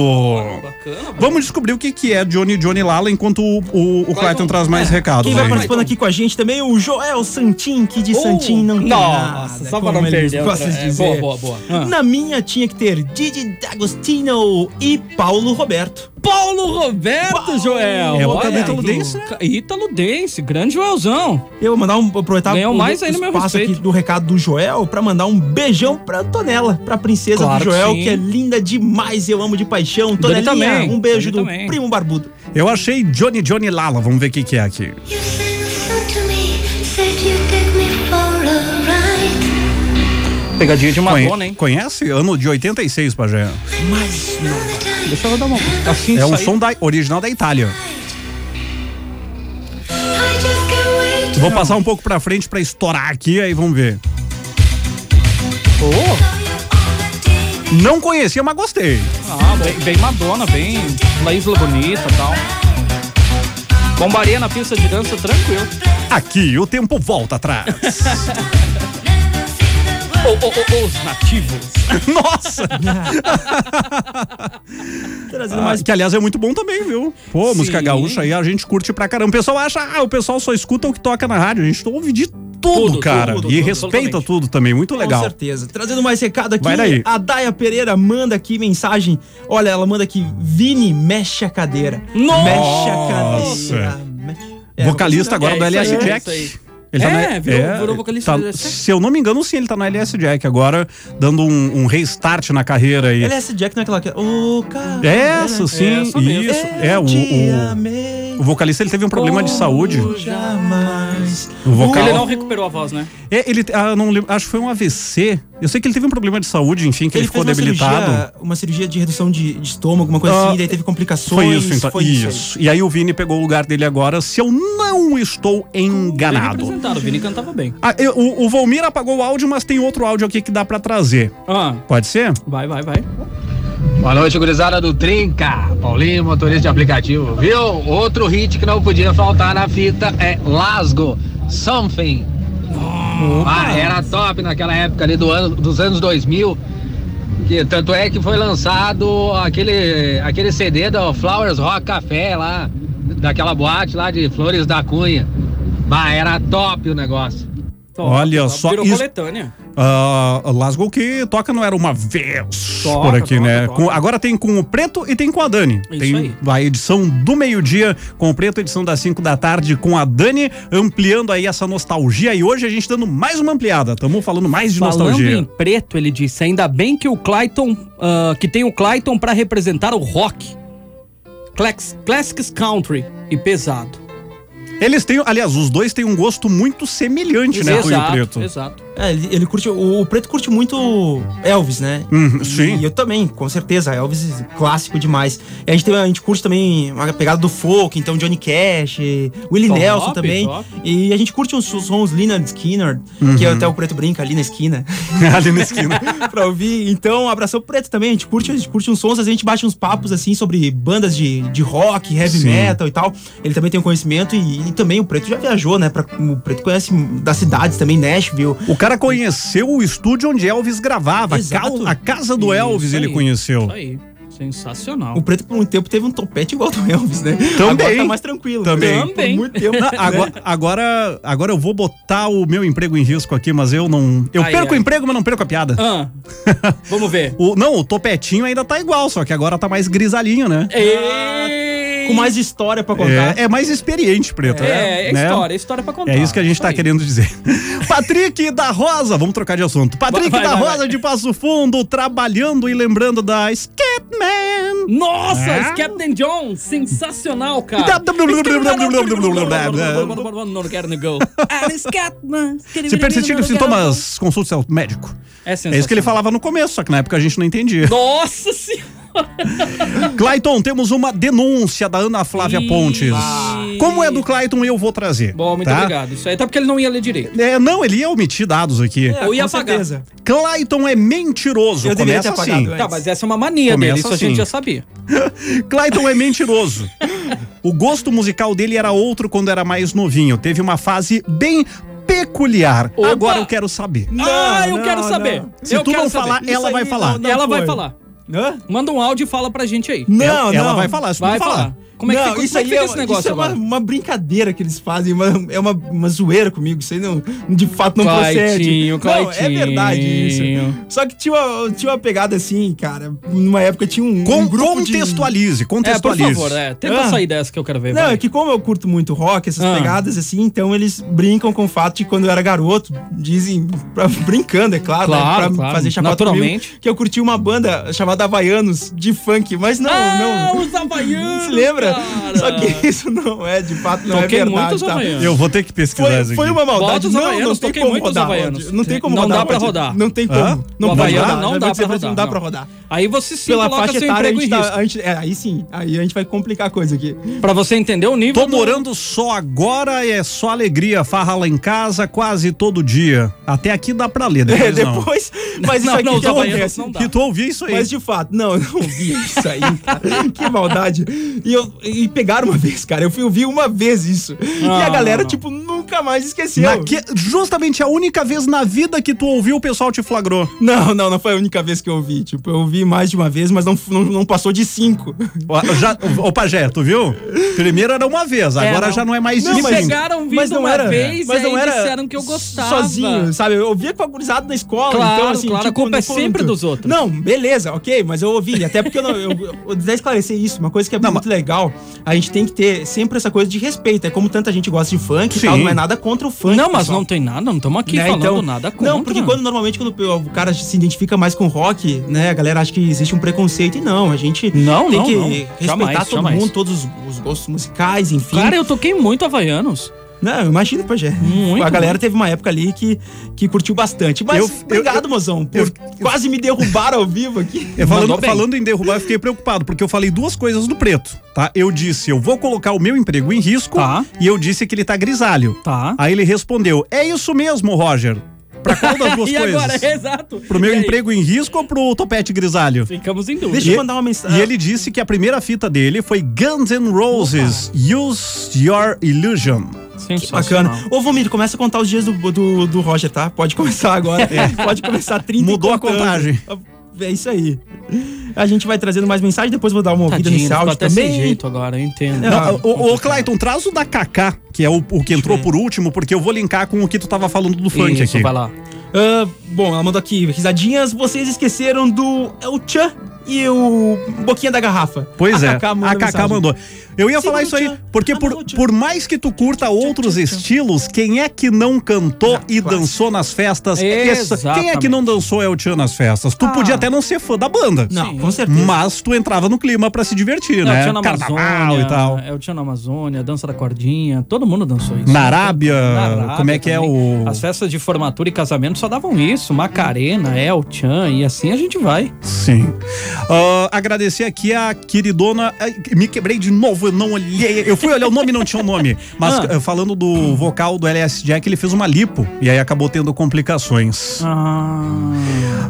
[SPEAKER 4] Bacana,
[SPEAKER 3] Vamos descobrir o que, que é Johnny Johnny Lala enquanto o, o, o Clayton traz mais recados.
[SPEAKER 5] É, Quem vai
[SPEAKER 3] aí.
[SPEAKER 5] participando aqui com a gente também é o Joel Santin, que de Santin não tem
[SPEAKER 4] Oh, Nossa,
[SPEAKER 5] nada,
[SPEAKER 4] só pra
[SPEAKER 5] como
[SPEAKER 4] não
[SPEAKER 5] ele
[SPEAKER 4] perder.
[SPEAKER 5] gosta de
[SPEAKER 4] outra. É,
[SPEAKER 5] dizer.
[SPEAKER 4] boa, boa, boa. Ah.
[SPEAKER 5] Na minha tinha que ter Didi D'Agostino e Paulo Roberto.
[SPEAKER 4] Paulo Roberto, Joel.
[SPEAKER 3] É o
[SPEAKER 4] Olha
[SPEAKER 3] também
[SPEAKER 4] aí.
[SPEAKER 3] italo-dense, né?
[SPEAKER 4] Ca- Italo-dense, grande Joelzão.
[SPEAKER 5] Eu vou mandar um aproveitar
[SPEAKER 4] Ganhou
[SPEAKER 5] o-
[SPEAKER 4] mais
[SPEAKER 5] o
[SPEAKER 4] ainda, meu
[SPEAKER 5] espaço aqui
[SPEAKER 4] respeito.
[SPEAKER 5] do recado do Joel pra mandar um beijão pra Tonela, pra princesa
[SPEAKER 4] Claro
[SPEAKER 5] do
[SPEAKER 4] que
[SPEAKER 5] Joel,
[SPEAKER 4] sim.
[SPEAKER 5] que, é linda demais, eu amo de paixão. Tonelinha,
[SPEAKER 4] também,
[SPEAKER 5] um beijo
[SPEAKER 4] Dani
[SPEAKER 5] do
[SPEAKER 4] também.
[SPEAKER 5] primo barbudo.
[SPEAKER 3] Eu achei Johnny Johnny Lala. Vamos ver o que, que é aqui.
[SPEAKER 7] You said something to me, said you take me for a ride.
[SPEAKER 4] Pegadinha de
[SPEAKER 3] Conhe-
[SPEAKER 5] né?
[SPEAKER 4] Madonna, hein?
[SPEAKER 3] Conhece? Ano de 86, Pajé.
[SPEAKER 7] Know that I
[SPEAKER 4] Deixa eu dar uma assim
[SPEAKER 3] É um
[SPEAKER 4] sair.
[SPEAKER 3] som da- original da Itália.
[SPEAKER 7] I just can't wait to
[SPEAKER 3] Vou passar um pouco pra frente pra estourar aqui, aí vamos ver.
[SPEAKER 7] know you all the day. that
[SPEAKER 3] Não conhecia, mas gostei.
[SPEAKER 4] Ah, bem, bem Madonna, bem La Isla Bonita e tal. Bombaria na pista de dança tranquilo.
[SPEAKER 3] Aqui o tempo volta atrás.
[SPEAKER 7] Never see the world.
[SPEAKER 4] Ô, ô, ô, os nativos. (laughs)
[SPEAKER 3] Nossa!
[SPEAKER 5] Trazendo
[SPEAKER 3] Mas
[SPEAKER 5] mais
[SPEAKER 3] que aliás é muito bom também, viu? Pô, música
[SPEAKER 4] Sim.
[SPEAKER 3] gaúcha aí a gente curte pra caramba. O pessoal acha, ah, o pessoal só escuta o que toca na rádio. A gente ouve de tudo,
[SPEAKER 4] Tudo,
[SPEAKER 3] cara.
[SPEAKER 4] tudo,
[SPEAKER 3] e
[SPEAKER 4] tudo,
[SPEAKER 3] respeita
[SPEAKER 4] absolutamente.
[SPEAKER 3] tudo também. Muito legal.
[SPEAKER 5] Com certeza. Trazendo mais recado aqui,
[SPEAKER 3] Vai daí.
[SPEAKER 5] a Daia Pereira manda aqui mensagem. Olha, ela manda aqui: Vini, mexe a cadeira.
[SPEAKER 4] Nossa!
[SPEAKER 5] Mexe a cadeira. Mexe- É,
[SPEAKER 3] Vocalista agora
[SPEAKER 4] é
[SPEAKER 3] do
[SPEAKER 4] isso
[SPEAKER 3] LS
[SPEAKER 4] aí, é
[SPEAKER 3] Jack.
[SPEAKER 4] isso aí.
[SPEAKER 3] Ele tá
[SPEAKER 4] É,
[SPEAKER 3] na-
[SPEAKER 4] virou- virou vocalista
[SPEAKER 3] tá-
[SPEAKER 4] do LS Jack.
[SPEAKER 3] Se eu não me engano, sim, ele tá no LS Jack agora, dando um, um restart na carreira aí.
[SPEAKER 5] LS Jack não é aquela que. Ô, cara.
[SPEAKER 3] É, isso sim,
[SPEAKER 4] essa mesmo.
[SPEAKER 3] isso.
[SPEAKER 5] eu
[SPEAKER 3] É, o,
[SPEAKER 5] te
[SPEAKER 3] o,
[SPEAKER 5] amei
[SPEAKER 3] o vocalista ele teve um problema de saúde.
[SPEAKER 5] como Jamais.
[SPEAKER 3] O vocal.
[SPEAKER 4] Ele é não recuperou a voz, né?
[SPEAKER 3] É, ele, ah, não lembro, acho que foi um AVC. Eu sei que ele teve um problema de saúde, enfim, que ele, ficou
[SPEAKER 5] fez uma
[SPEAKER 3] debilitado.
[SPEAKER 5] Cirurgia, uma cirurgia de redução de, de estômago, alguma coisa
[SPEAKER 3] Ah,
[SPEAKER 5] assim, daí teve complicações.
[SPEAKER 3] Foi isso, então.
[SPEAKER 5] foi
[SPEAKER 3] isso.
[SPEAKER 5] aí.
[SPEAKER 3] E aí o Vini pegou o lugar dele agora, se eu não estou
[SPEAKER 4] Bem
[SPEAKER 3] enganado.
[SPEAKER 4] representado, o Vini cantava bem.
[SPEAKER 3] Ah, eu- o, o Volmir apagou o áudio, mas tem outro áudio aqui que dá pra trazer.
[SPEAKER 4] Ah,
[SPEAKER 3] Pode ser?
[SPEAKER 4] vai, vai, vai.
[SPEAKER 8] Boa noite, gurizada do Trinca. Paulinho, motorista de aplicativo, viu? Outro hit que não podia faltar na fita é Lasgo Something. Ah, era top naquela época ali do ano, dos anos 2000. Que, tanto é que foi lançado aquele, aquele CD do Flowers Rock Café lá, daquela boate lá de Flores da Cunha. Bah, era top o negócio.
[SPEAKER 4] Top,
[SPEAKER 3] Olha
[SPEAKER 4] top.
[SPEAKER 3] só,
[SPEAKER 4] Virou
[SPEAKER 3] isso-
[SPEAKER 4] coletânea.
[SPEAKER 3] Ah, Lasgo que toca não era uma vez
[SPEAKER 4] Toca,
[SPEAKER 3] por aqui,
[SPEAKER 4] toca,
[SPEAKER 3] né?
[SPEAKER 4] toca.
[SPEAKER 3] Com- agora tem com o Preto e tem com a Dani.
[SPEAKER 4] Isso
[SPEAKER 3] tem
[SPEAKER 4] aí.
[SPEAKER 3] a edição do meio-dia com o Preto, edição das 5 da tarde com a Dani, ampliando aí essa nostalgia. E hoje a gente dando mais uma ampliada. Estamos falando mais de
[SPEAKER 4] Falando
[SPEAKER 3] nostalgia.
[SPEAKER 4] em preto, ele disse: ainda bem que o Clayton, ah, que tem o Clayton pra representar o rock. Clax- Classics Country e pesado.
[SPEAKER 3] Eles têm, aliás, os dois têm um gosto muito semelhante, né, Rui
[SPEAKER 4] exato,
[SPEAKER 3] Preto?
[SPEAKER 4] exato.
[SPEAKER 5] É, ele, ele curte. O, o Preto curte muito Elvis, né?
[SPEAKER 3] Uhum,
[SPEAKER 5] E
[SPEAKER 3] sim.
[SPEAKER 5] eu também, com certeza. Elvis é clássico demais. E a gente, tem, a gente curte também uma pegada do folk, então Johnny Cash, Willie
[SPEAKER 4] Top,
[SPEAKER 5] Nelson também.
[SPEAKER 4] top.
[SPEAKER 5] E a gente curte uns uns sons Leonard Skinner, que até o Preto brinca ali na esquina.
[SPEAKER 3] (laughs)
[SPEAKER 5] (laughs)
[SPEAKER 3] Ali na esquina.
[SPEAKER 5] pra ouvir. Então, abração preto também. A gente curte, a gente curte uns sons, às vezes a gente bate uns papos assim sobre bandas de, de rock, heavy
[SPEAKER 3] Sim.
[SPEAKER 5] metal e tal. Ele também tem um conhecimento e, e também o preto já viajou, né? Pra, o preto conhece das cidades também, Nashville.
[SPEAKER 3] O cara conheceu o estúdio onde Elvis gravava. a
[SPEAKER 5] Exato.
[SPEAKER 3] cal- A casa do
[SPEAKER 4] Isso
[SPEAKER 3] Elvis ele
[SPEAKER 4] aí,
[SPEAKER 3] conheceu.
[SPEAKER 4] Isso aí. Sensacional.
[SPEAKER 5] O preto por muito tempo teve um topete igual do Elvis, né?
[SPEAKER 3] Também.
[SPEAKER 5] Agora tá mais tranquilo.
[SPEAKER 3] Também.
[SPEAKER 4] Também.
[SPEAKER 5] Por muito
[SPEAKER 4] (laughs)
[SPEAKER 5] tempo.
[SPEAKER 3] Não, agora,
[SPEAKER 4] Né?
[SPEAKER 3] agora, agora eu vou botar o meu emprego em risco aqui, mas eu não. Eu
[SPEAKER 4] Ai,
[SPEAKER 3] perco
[SPEAKER 4] ai.
[SPEAKER 3] o emprego, mas não perco a piada.
[SPEAKER 4] Ah, vamos ver.
[SPEAKER 3] O, não, o topetinho ainda tá igual, só que agora tá mais grisalhinho, né?
[SPEAKER 4] É,
[SPEAKER 5] Com mais história pra contar.
[SPEAKER 3] É, é mais experiente, preto.
[SPEAKER 4] É, é,
[SPEAKER 3] né?
[SPEAKER 4] história, é história pra contar.
[SPEAKER 3] É isso que a gente tá
[SPEAKER 4] aí.
[SPEAKER 3] querendo
[SPEAKER 4] (laughs)
[SPEAKER 3] dizer. Patrick da Rosa, vamos trocar de assunto. Patrick
[SPEAKER 4] Vai,
[SPEAKER 3] da
[SPEAKER 4] vai,
[SPEAKER 3] Rosa
[SPEAKER 4] vai.
[SPEAKER 3] de Passo Fundo, trabalhando e lembrando da Scatman.
[SPEAKER 4] Nossa,
[SPEAKER 3] Ah.
[SPEAKER 4] ah. Captain John, sensacional, cara. Não quero no gol.
[SPEAKER 3] Se persistirem os sintomas, consulte seu médico. É
[SPEAKER 4] É
[SPEAKER 3] isso que ele
[SPEAKER 4] sensacional.
[SPEAKER 3] falava no começo, só que na época a gente não entendia.
[SPEAKER 4] Nossa senhora.
[SPEAKER 3] Clayton, temos uma denúncia da Ana Flávia
[SPEAKER 4] Ih.
[SPEAKER 3] Pontes. Como é do Clayton, eu vou trazer.
[SPEAKER 4] Bom, muito
[SPEAKER 3] tá?
[SPEAKER 4] obrigado. Isso aí até porque ele não ia ler direito.
[SPEAKER 3] É, não, ele ia omitir dados aqui.
[SPEAKER 5] É,
[SPEAKER 4] Ou ia
[SPEAKER 5] com
[SPEAKER 4] apagar.
[SPEAKER 5] certeza.
[SPEAKER 3] Clayton é mentiroso.
[SPEAKER 5] Eu
[SPEAKER 3] Começa
[SPEAKER 5] deveria ter apagado,
[SPEAKER 3] assim.
[SPEAKER 5] é.
[SPEAKER 4] Tá, mas essa é uma mania
[SPEAKER 3] Começa
[SPEAKER 4] dele, isso a
[SPEAKER 3] assim.
[SPEAKER 4] gente já sabia.
[SPEAKER 3] Clayton é
[SPEAKER 5] (laughs)
[SPEAKER 3] mentiroso. O gosto musical dele era outro quando era mais novinho. Teve uma fase bem peculiar.
[SPEAKER 4] Opa!
[SPEAKER 3] Agora eu quero saber.
[SPEAKER 4] ah, eu
[SPEAKER 5] não,
[SPEAKER 4] quero
[SPEAKER 5] não.
[SPEAKER 4] saber.
[SPEAKER 3] Se
[SPEAKER 4] eu
[SPEAKER 3] tu
[SPEAKER 4] quero
[SPEAKER 3] não
[SPEAKER 4] saber.
[SPEAKER 3] falar,
[SPEAKER 5] Isso
[SPEAKER 3] ela
[SPEAKER 5] aí
[SPEAKER 3] vai
[SPEAKER 5] não-
[SPEAKER 3] falar.
[SPEAKER 5] não
[SPEAKER 4] Ela vai
[SPEAKER 5] foi.
[SPEAKER 4] falar.
[SPEAKER 5] Hã?
[SPEAKER 4] Manda um áudio e fala pra gente aí.
[SPEAKER 5] Não,
[SPEAKER 3] Ela-
[SPEAKER 5] não.
[SPEAKER 3] ela vai falar, se tu
[SPEAKER 4] Vai
[SPEAKER 3] não falar.
[SPEAKER 4] falar. Como é que
[SPEAKER 5] não,
[SPEAKER 4] fica,
[SPEAKER 5] isso
[SPEAKER 4] como é que
[SPEAKER 5] aí
[SPEAKER 4] fica
[SPEAKER 5] é,
[SPEAKER 4] esse negócio
[SPEAKER 5] isso é uma,
[SPEAKER 4] agora?
[SPEAKER 5] uma brincadeira que eles fazem, uma- é uma, uma zoeira comigo. Isso aí não, de fato não
[SPEAKER 4] Claitinho,
[SPEAKER 5] procede. Não, é
[SPEAKER 4] Claitinho.
[SPEAKER 5] verdade isso.
[SPEAKER 4] É,
[SPEAKER 5] Só que tinha uma, tinha uma pegada assim, cara. Numa época tinha um,
[SPEAKER 3] Con-
[SPEAKER 5] um grupo de-
[SPEAKER 3] contextualize,
[SPEAKER 4] É, por
[SPEAKER 3] contextualize.
[SPEAKER 4] favor, é, tenta
[SPEAKER 5] Ah.
[SPEAKER 4] sair dessa que eu quero ver.
[SPEAKER 5] Não,
[SPEAKER 4] vai.
[SPEAKER 5] é que como eu curto muito rock, essas
[SPEAKER 4] Ah.
[SPEAKER 5] pegadas assim, então eles brincam com o fato de quando eu era garoto, dizem, (laughs) pra- brincando, é claro,
[SPEAKER 4] Claro,
[SPEAKER 5] né, pra
[SPEAKER 4] claro,
[SPEAKER 5] fazer chacota comigo,
[SPEAKER 4] naturalmente.
[SPEAKER 5] que eu curti uma banda chamada Havaianos de funk, mas não,
[SPEAKER 4] Ah,
[SPEAKER 5] (laughs) não.
[SPEAKER 4] os havaianos.
[SPEAKER 5] Se
[SPEAKER 4] cara.
[SPEAKER 5] lembra? Só que isso não é, de fato, não
[SPEAKER 4] Toquei
[SPEAKER 5] é
[SPEAKER 4] muito
[SPEAKER 5] verdade.
[SPEAKER 4] os
[SPEAKER 5] tá?
[SPEAKER 4] Havaianos.
[SPEAKER 3] Eu vou ter que pesquisar isso
[SPEAKER 5] Foi,
[SPEAKER 3] aqui.
[SPEAKER 5] foi uma maldade.
[SPEAKER 4] Bota os
[SPEAKER 5] Não, não
[SPEAKER 4] Havaianos,
[SPEAKER 5] tem
[SPEAKER 4] toquei
[SPEAKER 5] como
[SPEAKER 4] muito os
[SPEAKER 5] rodar.
[SPEAKER 4] Havaianos.
[SPEAKER 5] Não tem como
[SPEAKER 4] Não
[SPEAKER 5] rodar.
[SPEAKER 4] dá pra
[SPEAKER 5] Valdir.
[SPEAKER 4] rodar.
[SPEAKER 5] Não tem
[SPEAKER 3] Hã?
[SPEAKER 5] como.
[SPEAKER 4] O
[SPEAKER 5] Não pode
[SPEAKER 4] Havaiano
[SPEAKER 5] rodar.
[SPEAKER 4] não
[SPEAKER 5] Eu
[SPEAKER 4] dá
[SPEAKER 5] vou dizer
[SPEAKER 4] pra
[SPEAKER 5] você,
[SPEAKER 4] rodar,
[SPEAKER 5] Não dá
[SPEAKER 4] não.
[SPEAKER 5] pra rodar.
[SPEAKER 4] Aí você sim
[SPEAKER 5] Pela
[SPEAKER 4] coloca
[SPEAKER 5] faixa
[SPEAKER 4] seu
[SPEAKER 5] etária, a
[SPEAKER 4] emprego em
[SPEAKER 5] gente tá,
[SPEAKER 4] risco.
[SPEAKER 5] a gente, é, aí sim, aí a gente vai complicar a coisa aqui.
[SPEAKER 4] Pra você entender o nível.
[SPEAKER 3] Tô
[SPEAKER 4] do-
[SPEAKER 3] morando só agora, é só alegria, farra lá em casa quase todo dia. Até aqui dá pra
[SPEAKER 4] (laughs)
[SPEAKER 3] ler,
[SPEAKER 5] É,
[SPEAKER 3] depois não.
[SPEAKER 5] depois, mas isso
[SPEAKER 4] Não,
[SPEAKER 5] aqui
[SPEAKER 4] não, os
[SPEAKER 5] que
[SPEAKER 4] Havaianos
[SPEAKER 5] acontece.
[SPEAKER 4] não dá.
[SPEAKER 3] Que tu ouvia isso aí.
[SPEAKER 5] Mas de fato, não, eu não vi isso aí, cara. (laughs) que maldade. E, eu, e pegaram uma vez, cara. Eu, fui, eu vi uma vez isso. e
[SPEAKER 4] Ah,
[SPEAKER 5] a galera,
[SPEAKER 4] não.
[SPEAKER 5] tipo, nunca mais esqueceu.
[SPEAKER 3] Naque- Justamente a única vez na vida que tu ouviu, o pessoal te flagrou.
[SPEAKER 5] Não, não, não foi a única vez que eu vi. Tipo, eu vi mais de uma vez, mas não, não, não passou de cinco.
[SPEAKER 3] Ó, (laughs) Já, ô Pajé, tu viu? Primeiro era uma vez, agora
[SPEAKER 4] não.
[SPEAKER 3] já não é mais
[SPEAKER 5] Não,
[SPEAKER 3] isso.
[SPEAKER 4] Me
[SPEAKER 5] mas-
[SPEAKER 4] pegaram vindo
[SPEAKER 5] mas não
[SPEAKER 4] uma
[SPEAKER 5] era- né?
[SPEAKER 4] vez
[SPEAKER 5] mas
[SPEAKER 4] e
[SPEAKER 5] não
[SPEAKER 4] aí
[SPEAKER 5] era
[SPEAKER 4] disseram que eu gostava.
[SPEAKER 5] Sozinho, sabe? Eu ouvia com a gurizada na escola.
[SPEAKER 4] Claro,
[SPEAKER 5] então, assim,
[SPEAKER 4] claro, a culpa
[SPEAKER 5] não
[SPEAKER 4] é sempre dos outros.
[SPEAKER 5] Não, beleza, ok, mas eu ouvi. Até porque eu não. Eu, eu, eu desejo esclarecer isso, uma coisa que é muito legal. A gente tem que ter sempre essa coisa de respeito. É como tanta gente gosta de funk e tal,
[SPEAKER 3] Sim.
[SPEAKER 5] não é nada contra o funk.
[SPEAKER 4] Não, mas
[SPEAKER 5] pessoal.
[SPEAKER 4] não tem nada, não estamos aqui
[SPEAKER 5] Né,
[SPEAKER 4] falando
[SPEAKER 5] então-
[SPEAKER 4] nada contra.
[SPEAKER 5] Não, porque quando normalmente quando o cara se identifica mais com rock, né, a galera acha que existe um preconceito e não, a gente
[SPEAKER 4] Não,
[SPEAKER 5] tem
[SPEAKER 4] não,
[SPEAKER 5] que
[SPEAKER 4] não.
[SPEAKER 5] respeitar
[SPEAKER 4] Jamais,
[SPEAKER 5] todo
[SPEAKER 4] jamais.
[SPEAKER 5] mundo, todos os, os gostos musicais, enfim.
[SPEAKER 4] Cara, eu toquei muito Havaianos.
[SPEAKER 5] Não, imagina, Pajé.
[SPEAKER 4] Muito,
[SPEAKER 5] é. a galera teve uma época ali que, que curtiu bastante. Mas
[SPEAKER 3] Eu-
[SPEAKER 5] obrigado, mozão, por quase me derrubaram ao vivo aqui.
[SPEAKER 3] É,
[SPEAKER 4] Mandou
[SPEAKER 3] falando,
[SPEAKER 4] bem.
[SPEAKER 3] falando em derrubar, eu fiquei preocupado, porque eu falei duas coisas do preto, tá? Eu disse, eu vou colocar o meu emprego em risco,
[SPEAKER 4] Tá.
[SPEAKER 3] e eu disse que ele tá grisalho.
[SPEAKER 4] Tá.
[SPEAKER 3] Aí ele respondeu, é isso mesmo, Roger. Pra qual
[SPEAKER 4] (laughs)
[SPEAKER 3] das duas
[SPEAKER 4] e
[SPEAKER 3] coisas?
[SPEAKER 4] agora, é exato.
[SPEAKER 3] Pro meu
[SPEAKER 4] E aí?
[SPEAKER 3] emprego em risco ou pro topete grisalho?
[SPEAKER 4] Ficamos em dúvida.
[SPEAKER 5] Deixa
[SPEAKER 3] E-
[SPEAKER 5] eu mandar uma mensagem.
[SPEAKER 3] E ele disse que a primeira fita dele foi Guns N' Roses, Use Your Illusion.
[SPEAKER 5] Ah, Bacana. Ô, Vomir, começa a contar os dias do, do, do Roger, tá? Pode
[SPEAKER 3] (laughs)
[SPEAKER 5] começar agora. Pode começar 30 e
[SPEAKER 3] É. Mudou a
[SPEAKER 5] contando.
[SPEAKER 3] contagem.
[SPEAKER 5] É isso aí. A gente vai trazendo mais mensagem, depois vou dar uma ouvida
[SPEAKER 4] Tadinho,
[SPEAKER 5] nesse
[SPEAKER 4] ficou
[SPEAKER 5] áudio
[SPEAKER 4] até sem
[SPEAKER 5] também.
[SPEAKER 4] jeito agora, eu entendo.
[SPEAKER 5] Não, Ah,
[SPEAKER 3] Não, ô, ô, Clayton, traz o da Kaká, que é o, o que entrou por último, porque eu vou linkar com o que tu tava falando do funk
[SPEAKER 4] Isso,
[SPEAKER 3] aqui. Né?
[SPEAKER 4] vai lá.
[SPEAKER 5] Ah, bom, ela mandou aqui, risadinhas, vocês esqueceram do é o Tchan e o Boquinha da Garrafa.
[SPEAKER 3] Pois é,
[SPEAKER 5] Cacá mandou
[SPEAKER 3] a Kaká
[SPEAKER 5] mensagem.
[SPEAKER 3] mandou. Eu ia
[SPEAKER 5] Sim,
[SPEAKER 3] falar
[SPEAKER 5] mas
[SPEAKER 3] isso
[SPEAKER 5] o
[SPEAKER 3] aí,
[SPEAKER 5] tchan.
[SPEAKER 3] porque
[SPEAKER 5] Ah, mas
[SPEAKER 3] por,
[SPEAKER 5] o tchan.
[SPEAKER 3] por mais que tu curta outros estilos, quem é que não cantou
[SPEAKER 5] Ah,
[SPEAKER 3] e
[SPEAKER 5] claro.
[SPEAKER 3] dançou nas festas? Essa- Quem é que
[SPEAKER 4] Exatamente.
[SPEAKER 3] não dançou é o Tchan nas festas? Tu podia até não ser fã da banda.
[SPEAKER 5] Não,
[SPEAKER 4] Sim.
[SPEAKER 5] com certeza.
[SPEAKER 3] Mas tu entrava no clima pra se divertir,
[SPEAKER 4] É, o
[SPEAKER 3] né?
[SPEAKER 4] Tchan na
[SPEAKER 3] Carnaval
[SPEAKER 4] Amazônia.
[SPEAKER 3] e tal.
[SPEAKER 4] É o Tchan na Amazônia, Dança da Cordinha. Todo mundo dançou isso.
[SPEAKER 3] Na Arábia,
[SPEAKER 4] Na Arábia
[SPEAKER 3] como é que
[SPEAKER 4] também.
[SPEAKER 3] é o.
[SPEAKER 4] As festas de formatura e casamento só davam isso. Macarena, El Tchan, e assim a gente vai.
[SPEAKER 3] Sim. Ah, agradecer aqui a queridona. Ai, Me quebrei de novo, eu não olhei. Eu fui olhar o nome e não tinha o nome. Mas
[SPEAKER 4] Ah.
[SPEAKER 3] eh, falando do vocal do LS Jack, ele fez uma lipo e aí acabou tendo complicações.
[SPEAKER 4] Ah,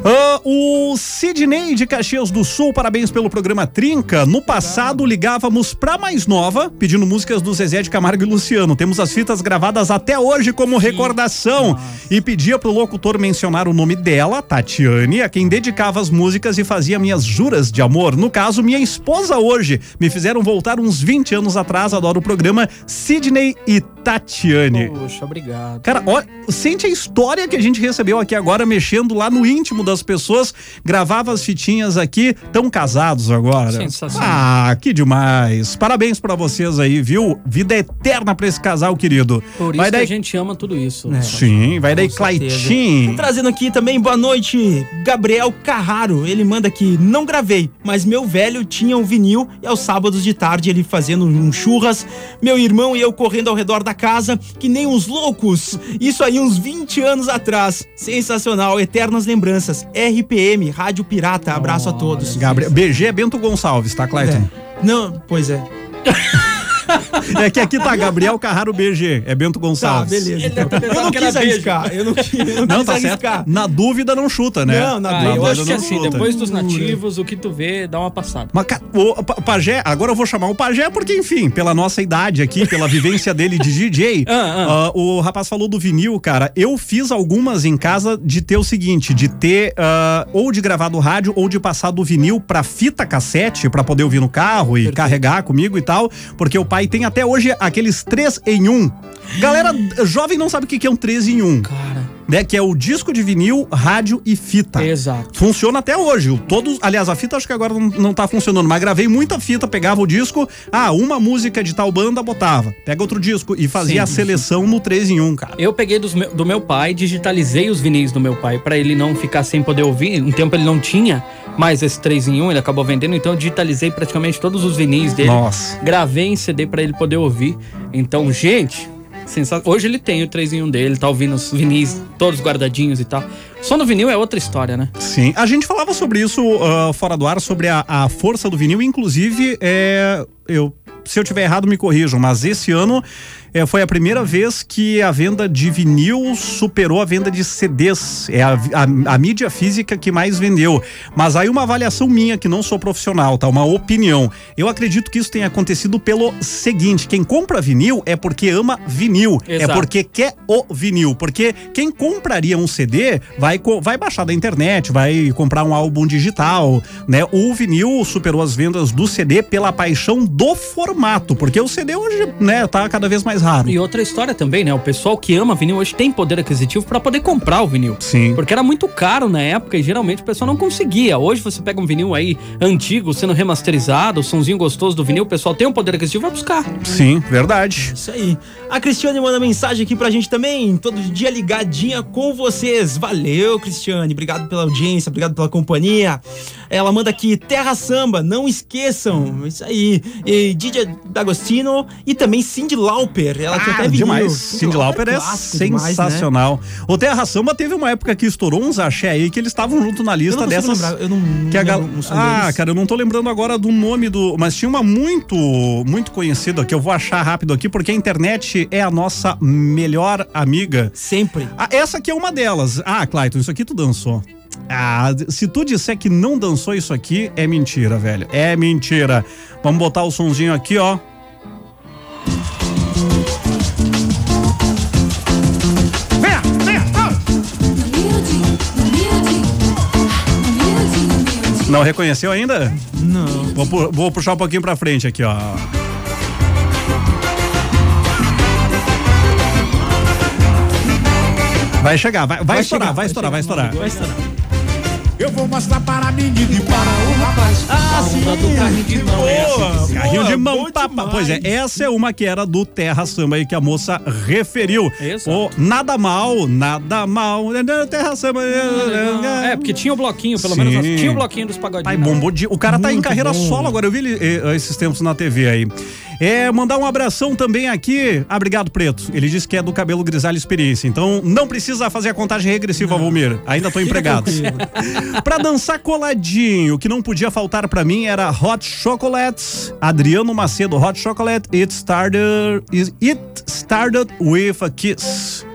[SPEAKER 3] Ah, o Sidney de Caxias do Sul, parabéns pelo programa Trinca. No passado ligávamos pra mais nova, pedindo músicas do Zezé de Camargo e Luciano. Temos as fitas gravadas até hoje como recordação. E pedia pro locutor mencionar o nome dela, Tatiane, a quem dedicava as músicas e fazia minhas juras de amor. No caso, minha esposa hoje. Me fizeram voltar uns 20 anos atrás, adoro o programa Sidney e Tatiane.
[SPEAKER 4] poxa, obrigado.
[SPEAKER 3] Cara, ó, sente a história que a gente recebeu aqui agora, mexendo lá no íntimo das pessoas. Gravava as fitinhas aqui, tão casados agora.
[SPEAKER 4] Sensacional.
[SPEAKER 3] Ah, que demais. Parabéns pra vocês aí, viu? Vida eterna pra esse casal, querido.
[SPEAKER 4] Por isso
[SPEAKER 3] vai daí.
[SPEAKER 4] que a gente ama tudo isso. né?
[SPEAKER 3] Sim, vai daí,
[SPEAKER 5] É, Com certeza.
[SPEAKER 3] Claitinho.
[SPEAKER 5] Trazendo aqui também, boa noite, Gabriel Carraro. Ele manda aqui, não não gravei, mas meu velho tinha um vinil e aos sábados de tarde ele fazendo um churras, meu irmão e eu correndo ao redor da casa, que nem uns loucos. Isso aí uns 20 anos atrás. Sensacional, eternas lembranças. RPM, Rádio Pirata. Abraço a todos.
[SPEAKER 3] Gabriel, BG é Bento Gonçalves, tá, Clayton?
[SPEAKER 5] Não, pois é.
[SPEAKER 3] É. que aqui tá Gabriel Carraro BG, é Bento
[SPEAKER 5] Tá,
[SPEAKER 3] Gonçalves.
[SPEAKER 5] beleza. então.
[SPEAKER 4] pensando
[SPEAKER 5] Eu não
[SPEAKER 4] que era
[SPEAKER 5] quis
[SPEAKER 4] beijo.
[SPEAKER 5] arriscar. Eu não quis, eu não
[SPEAKER 3] Não,
[SPEAKER 5] quis
[SPEAKER 3] tá
[SPEAKER 5] arriscar.
[SPEAKER 3] certo. Na dúvida não chuta, né?
[SPEAKER 5] Não, na
[SPEAKER 4] Ah,
[SPEAKER 5] dúvida
[SPEAKER 4] eu
[SPEAKER 5] Agora
[SPEAKER 4] acho que
[SPEAKER 5] não
[SPEAKER 4] assim,
[SPEAKER 3] chuta.
[SPEAKER 4] depois dos nativos, o que tu vê, dá uma passada.
[SPEAKER 3] Mas, ca- o Pa- Pajé, agora eu vou chamar o Pajé porque, enfim, pela nossa idade aqui, pela vivência dele de DJ,
[SPEAKER 4] Ah,
[SPEAKER 3] ah, o rapaz falou do vinil, cara. Eu fiz algumas em casa de ter o seguinte, de ter ah, ou de gravar do rádio ou de passar do vinil pra fita cassete pra poder ouvir no carro e carregar comigo e tal, porque o pai tem até hoje aqueles três em um. Galera jovem não sabe o que que é um três em um,
[SPEAKER 4] Cara,
[SPEAKER 3] né? Que é o disco de vinil, rádio e
[SPEAKER 4] Tá.
[SPEAKER 3] fita.
[SPEAKER 4] exato.
[SPEAKER 3] Funciona até hoje. O Todos, aliás, a fita acho que agora não, não tá funcionando, mas gravei muita fita, pegava o disco, ah, uma música de tal banda, botava. Pega outro disco e fazia a
[SPEAKER 4] Sim.
[SPEAKER 3] seleção no 3 em 1, cara.
[SPEAKER 4] Eu peguei dos meu- do meu pai, digitalizei os vinis do meu pai pra ele não ficar sem poder ouvir. Um tempo ele não tinha mais esse 3 em 1, ele acabou vendendo, então eu digitalizei praticamente todos os vinis dele.
[SPEAKER 3] Nossa.
[SPEAKER 4] Gravei em CD pra ele poder ouvir. Então, gente, sensa- hoje ele tem o 3 em 1 dele, tá ouvindo os vinis todos guardadinhos e tal. Só no vinil é outra história, né?
[SPEAKER 3] Sim. A gente falava sobre isso ah, fora do ar, sobre a, a força do vinil. Inclusive, é, eu, se eu tiver errado, me corrijam, mas esse ano é, foi a primeira vez que a venda de vinil superou a venda de CDs. É a, vi- a- a mídia física que mais vendeu. Mas aí uma avaliação minha, que não sou profissional, tá? Uma opinião. Eu acredito que isso tenha acontecido pelo seguinte: quem compra vinil é porque ama vinil. É
[SPEAKER 4] Exato.
[SPEAKER 3] porque porque quer o vinil. Porque quem compraria um CD vai, co- vai baixar da internet, vai comprar um álbum digital, né? O vinil superou as vendas do CD pela paixão do formato, porque o CD hoje, né, tá cada vez mais raro.
[SPEAKER 4] E outra história também, né? O pessoal que ama vinil hoje tem poder aquisitivo pra poder comprar o vinil.
[SPEAKER 3] Sim.
[SPEAKER 4] Porque era muito caro na época e geralmente o pessoal não conseguia. Hoje você pega um vinil aí antigo, sendo remasterizado, o somzinho gostoso do vinil, o pessoal tem um poder aquisitivo, vai buscar.
[SPEAKER 3] Sim, verdade.
[SPEAKER 5] Isso aí. A Cristiane manda mensagem aqui pra gente também, todo dia ligadinha com vocês. Valeu, Cristiane. Obrigado pela audiência, obrigado pela companhia. Ela manda aqui Terra Samba, não esqueçam. Isso aí. E Didia D'Agostino e também Cindy Lauper. Ela tem até
[SPEAKER 3] Ah,
[SPEAKER 5] vinil.
[SPEAKER 3] demais. Cindy Lauper é
[SPEAKER 5] clássico demais, né?
[SPEAKER 3] sensacional. O Terra Samba teve uma época que estourou uns axé aí que eles estavam junto na
[SPEAKER 5] Eu
[SPEAKER 3] lista
[SPEAKER 5] não consigo
[SPEAKER 3] dessas.
[SPEAKER 5] lembrar, eu não, não
[SPEAKER 3] Que a gal...
[SPEAKER 5] lembro um som
[SPEAKER 3] Ah,
[SPEAKER 5] deles.
[SPEAKER 3] cara, eu não tô lembrando agora do nome do. Mas tinha uma muito, muito conhecida que eu vou achar rápido aqui, porque a internet é a nossa melhor amiga.
[SPEAKER 5] Sempre.
[SPEAKER 3] Ah, essa aqui é uma delas. Ah, Clayton, isso aqui tu dançou. Ah, se tu disser que não dançou isso aqui, é mentira, velho. É mentira. Vamos botar o sonzinho aqui, ó. Vem, vem, ah! Não reconheceu ainda?
[SPEAKER 5] Não.
[SPEAKER 3] Vou, pu- vou puxar um pouquinho pra frente aqui, ó. Vai chegar, vai, vai, estourar,
[SPEAKER 5] chegar,
[SPEAKER 3] vai estourar, vai estourar.
[SPEAKER 5] Vai estourar.
[SPEAKER 2] Eu vou mostrar para a menina e para o rapaz.
[SPEAKER 5] Ah, sim. Boa,
[SPEAKER 3] Carrinho
[SPEAKER 5] boa,
[SPEAKER 3] de mão,
[SPEAKER 5] bom
[SPEAKER 3] papa.
[SPEAKER 5] demais.
[SPEAKER 3] Pois é, essa é uma que era do Terra Samba aí que a moça referiu.
[SPEAKER 4] Exato.
[SPEAKER 3] Pô, nada mal, nada mal. né, né, Terra Samba.
[SPEAKER 4] É, porque tinha o bloquinho, pelo
[SPEAKER 3] Sim.
[SPEAKER 4] menos assim, tinha o bloquinho dos
[SPEAKER 3] Pai,
[SPEAKER 4] pagodinhos.
[SPEAKER 3] bombou de... O cara tá em
[SPEAKER 5] Muito
[SPEAKER 3] carreira
[SPEAKER 5] bom.
[SPEAKER 3] solo agora, eu vi ele eh, esses tempos na TV aí. É, mandar um abração também aqui. Ah, obrigado, Preto. Ele disse que é do Cabelo Grisalho Experiência. Então, não precisa fazer a contagem regressiva, Valmir.
[SPEAKER 5] (laughs)
[SPEAKER 3] Ainda tô empregado. pra dançar coladinho, o que não podia faltar pra mim era Hot Chocolates. Adriano Macedo, Hot Chocolate. It started, it started with a kiss.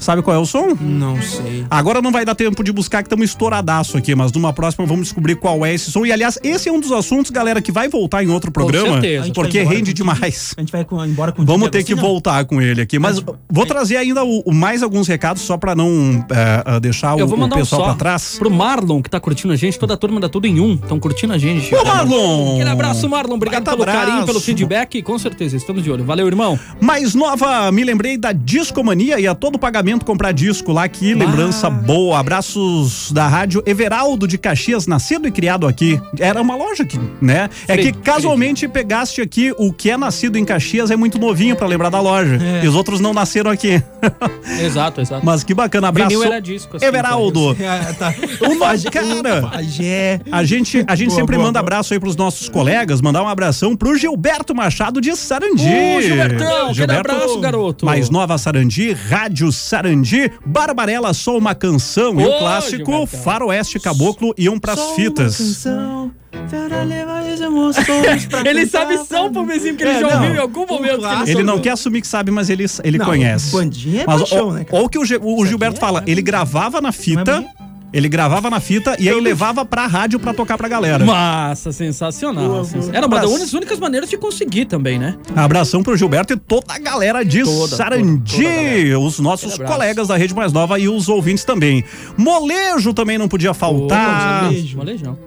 [SPEAKER 3] Sabe qual é o som?
[SPEAKER 5] Não sei.
[SPEAKER 3] Agora não vai dar tempo de buscar, que estamos estouradaço aqui, mas numa próxima vamos descobrir qual é esse som. E aliás, esse é um dos assuntos, galera, que vai voltar em outro programa.
[SPEAKER 4] certeza. A gente
[SPEAKER 3] Porque
[SPEAKER 5] vai embora
[SPEAKER 3] rende
[SPEAKER 5] com
[SPEAKER 3] demais.
[SPEAKER 5] A gente vai com- embora com
[SPEAKER 3] Vamos
[SPEAKER 5] Didia
[SPEAKER 3] ter que
[SPEAKER 4] assim,
[SPEAKER 5] D'Agostino?
[SPEAKER 3] voltar com ele aqui. Mas
[SPEAKER 4] é.
[SPEAKER 3] vou trazer ainda o, o- mais alguns recados só pra não é, é, deixar o,
[SPEAKER 4] Eu vou
[SPEAKER 3] o
[SPEAKER 4] mandar um
[SPEAKER 3] pessoal
[SPEAKER 4] só
[SPEAKER 3] pra trás.
[SPEAKER 4] pro Marlon, que tá curtindo a gente, toda a turma da Tudo em Um, estão curtindo a gente.
[SPEAKER 3] Ô, Marlon!
[SPEAKER 4] Aquele abraço, Marlon. Obrigado
[SPEAKER 3] Baita
[SPEAKER 4] pelo carinho,
[SPEAKER 3] abraço.
[SPEAKER 4] pelo feedback. Com certeza, estamos de olho. Valeu, irmão.
[SPEAKER 3] Mais nova, me lembrei da Discomania e a todo pagamento. apartamento comprar disco lá, que
[SPEAKER 4] Ah.
[SPEAKER 3] lembrança boa. Abraços da rádio Everaldo de Caxias, nascido e criado aqui. Era uma loja que, né? É
[SPEAKER 4] Fre-
[SPEAKER 3] que casualmente pegaste aqui o que é nascido em Caxias é muito novinho pra lembrar da loja.
[SPEAKER 5] É.
[SPEAKER 3] E os outros não nasceram aqui. (laughs)
[SPEAKER 4] Exato, exato.
[SPEAKER 3] Mas que bacana, um abraço.
[SPEAKER 4] Vinil era disco, assim,
[SPEAKER 3] Everaldo.
[SPEAKER 5] (laughs) Ah, tá.
[SPEAKER 4] (laughs)
[SPEAKER 3] Uma
[SPEAKER 5] Pajé-
[SPEAKER 3] cara.
[SPEAKER 5] Pajé.
[SPEAKER 3] A gente, a gente
[SPEAKER 5] Boa,
[SPEAKER 3] sempre
[SPEAKER 5] boa,
[SPEAKER 3] manda
[SPEAKER 5] boa.
[SPEAKER 3] abraço aí pros nossos colegas, mandar um abração pro Gilberto Machado de Sarandi.
[SPEAKER 4] Ô, Gilbertão, aquele abraço, garoto.
[SPEAKER 3] Mais Nova Sarandi, Rádio Sarandi, Barbarella, Só uma Canção e o
[SPEAKER 4] Ô,
[SPEAKER 3] clássico
[SPEAKER 4] Gilbertão.
[SPEAKER 3] Faroeste Caboclo iam pras
[SPEAKER 5] Só uma
[SPEAKER 3] fitas.
[SPEAKER 5] canção para levar os emoções pra
[SPEAKER 4] (laughs) Ele
[SPEAKER 5] cantar
[SPEAKER 4] sabe são
[SPEAKER 5] pra-
[SPEAKER 4] pro vizinho que ele
[SPEAKER 5] É,
[SPEAKER 4] já ouviu
[SPEAKER 5] não.
[SPEAKER 4] em algum
[SPEAKER 5] O
[SPEAKER 4] momento. né? que
[SPEAKER 5] clássico.
[SPEAKER 3] Um Ele não quer assumir que sabe, mas ele, ele
[SPEAKER 5] Não,
[SPEAKER 3] conhece.
[SPEAKER 5] bandinha é
[SPEAKER 3] mas
[SPEAKER 5] paixão,
[SPEAKER 3] o,
[SPEAKER 5] né, cara?
[SPEAKER 3] o que o, Ge- o Gilberto
[SPEAKER 5] é-
[SPEAKER 3] fala,
[SPEAKER 5] é
[SPEAKER 3] ele gravava na fita,
[SPEAKER 5] bonito.
[SPEAKER 3] ele gravava na fita e aí levava pra rádio pra tocar pra galera.
[SPEAKER 4] Massa, sensacional. sensacional. Era uma das únicas maneiras de conseguir também, né?
[SPEAKER 3] Abração pro Gilberto e toda a galera de
[SPEAKER 4] Toda,
[SPEAKER 3] Sarandi,
[SPEAKER 4] toda, toda a galera.
[SPEAKER 3] os nossos
[SPEAKER 4] Aquele abraço.
[SPEAKER 3] colegas da Rede Mais Nova e os ouvintes também. Molejo também não podia
[SPEAKER 5] tá.
[SPEAKER 3] faltar.
[SPEAKER 4] Molejão, molejão.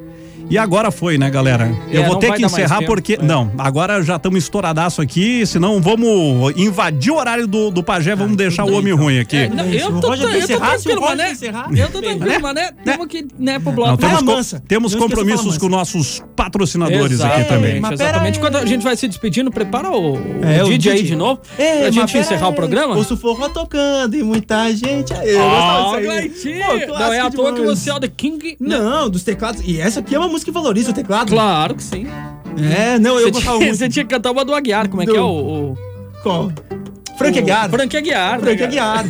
[SPEAKER 3] e agora foi, né, galera?
[SPEAKER 4] É,
[SPEAKER 3] Eu vou
[SPEAKER 4] não
[SPEAKER 3] ter
[SPEAKER 4] vai
[SPEAKER 3] que
[SPEAKER 4] dar mais
[SPEAKER 3] encerrar
[SPEAKER 4] tempo,
[SPEAKER 3] porque.
[SPEAKER 4] é.
[SPEAKER 3] Não, agora já estamos estouradaço aqui, senão vamos invadir o horário do, do pajé, vamos deixar o homem ruim aqui.
[SPEAKER 4] É, não,
[SPEAKER 5] Molejão.
[SPEAKER 4] eu
[SPEAKER 5] O
[SPEAKER 4] tô,
[SPEAKER 5] Roger
[SPEAKER 4] eu
[SPEAKER 5] vai
[SPEAKER 4] tô
[SPEAKER 5] encerrar? Se o
[SPEAKER 4] tranquilo,
[SPEAKER 5] Roger
[SPEAKER 4] mané.
[SPEAKER 5] vai encerrar,
[SPEAKER 4] Eu tô tranquilo, mané. Temos que, né, pro bloco.
[SPEAKER 3] Não, temos,
[SPEAKER 5] Fala,
[SPEAKER 3] co-
[SPEAKER 5] mansa.
[SPEAKER 3] temos
[SPEAKER 5] Não esqueça,
[SPEAKER 3] compromissos
[SPEAKER 5] fala,
[SPEAKER 3] com nossos patrocinadores aqui também.
[SPEAKER 5] Mas pera
[SPEAKER 4] Exatamente.
[SPEAKER 5] aí.
[SPEAKER 4] Quando a gente vai se despedindo, prepara o, o
[SPEAKER 5] É, o
[SPEAKER 4] DJ, aí
[SPEAKER 5] DJ.
[SPEAKER 4] de novo.
[SPEAKER 5] Ei,
[SPEAKER 4] pra
[SPEAKER 5] mas
[SPEAKER 4] gente
[SPEAKER 5] pera
[SPEAKER 4] encerrar
[SPEAKER 5] aí.
[SPEAKER 4] o programa.
[SPEAKER 5] Ouço forró é, tocando e muita gente. Aí, eu
[SPEAKER 4] Ah,
[SPEAKER 5] gostava disso aí.
[SPEAKER 4] Claitinho!
[SPEAKER 5] Pô, clássico
[SPEAKER 4] Não é à toa que
[SPEAKER 5] demais.
[SPEAKER 4] você é o The King. né?
[SPEAKER 5] Não, dos teclados. E essa aqui é uma música que valoriza o teclado.
[SPEAKER 4] Claro que sim.
[SPEAKER 5] É, não, eu
[SPEAKER 4] Você
[SPEAKER 5] gostava
[SPEAKER 4] tinha,
[SPEAKER 5] muito.
[SPEAKER 4] você tinha que cantar uma do Aguiar, como é
[SPEAKER 5] Do-
[SPEAKER 4] que é o. o
[SPEAKER 5] Qual? Frank Aguiar.
[SPEAKER 4] Frank Aguiar. né,
[SPEAKER 5] Frank
[SPEAKER 4] cara?
[SPEAKER 5] Aguiar.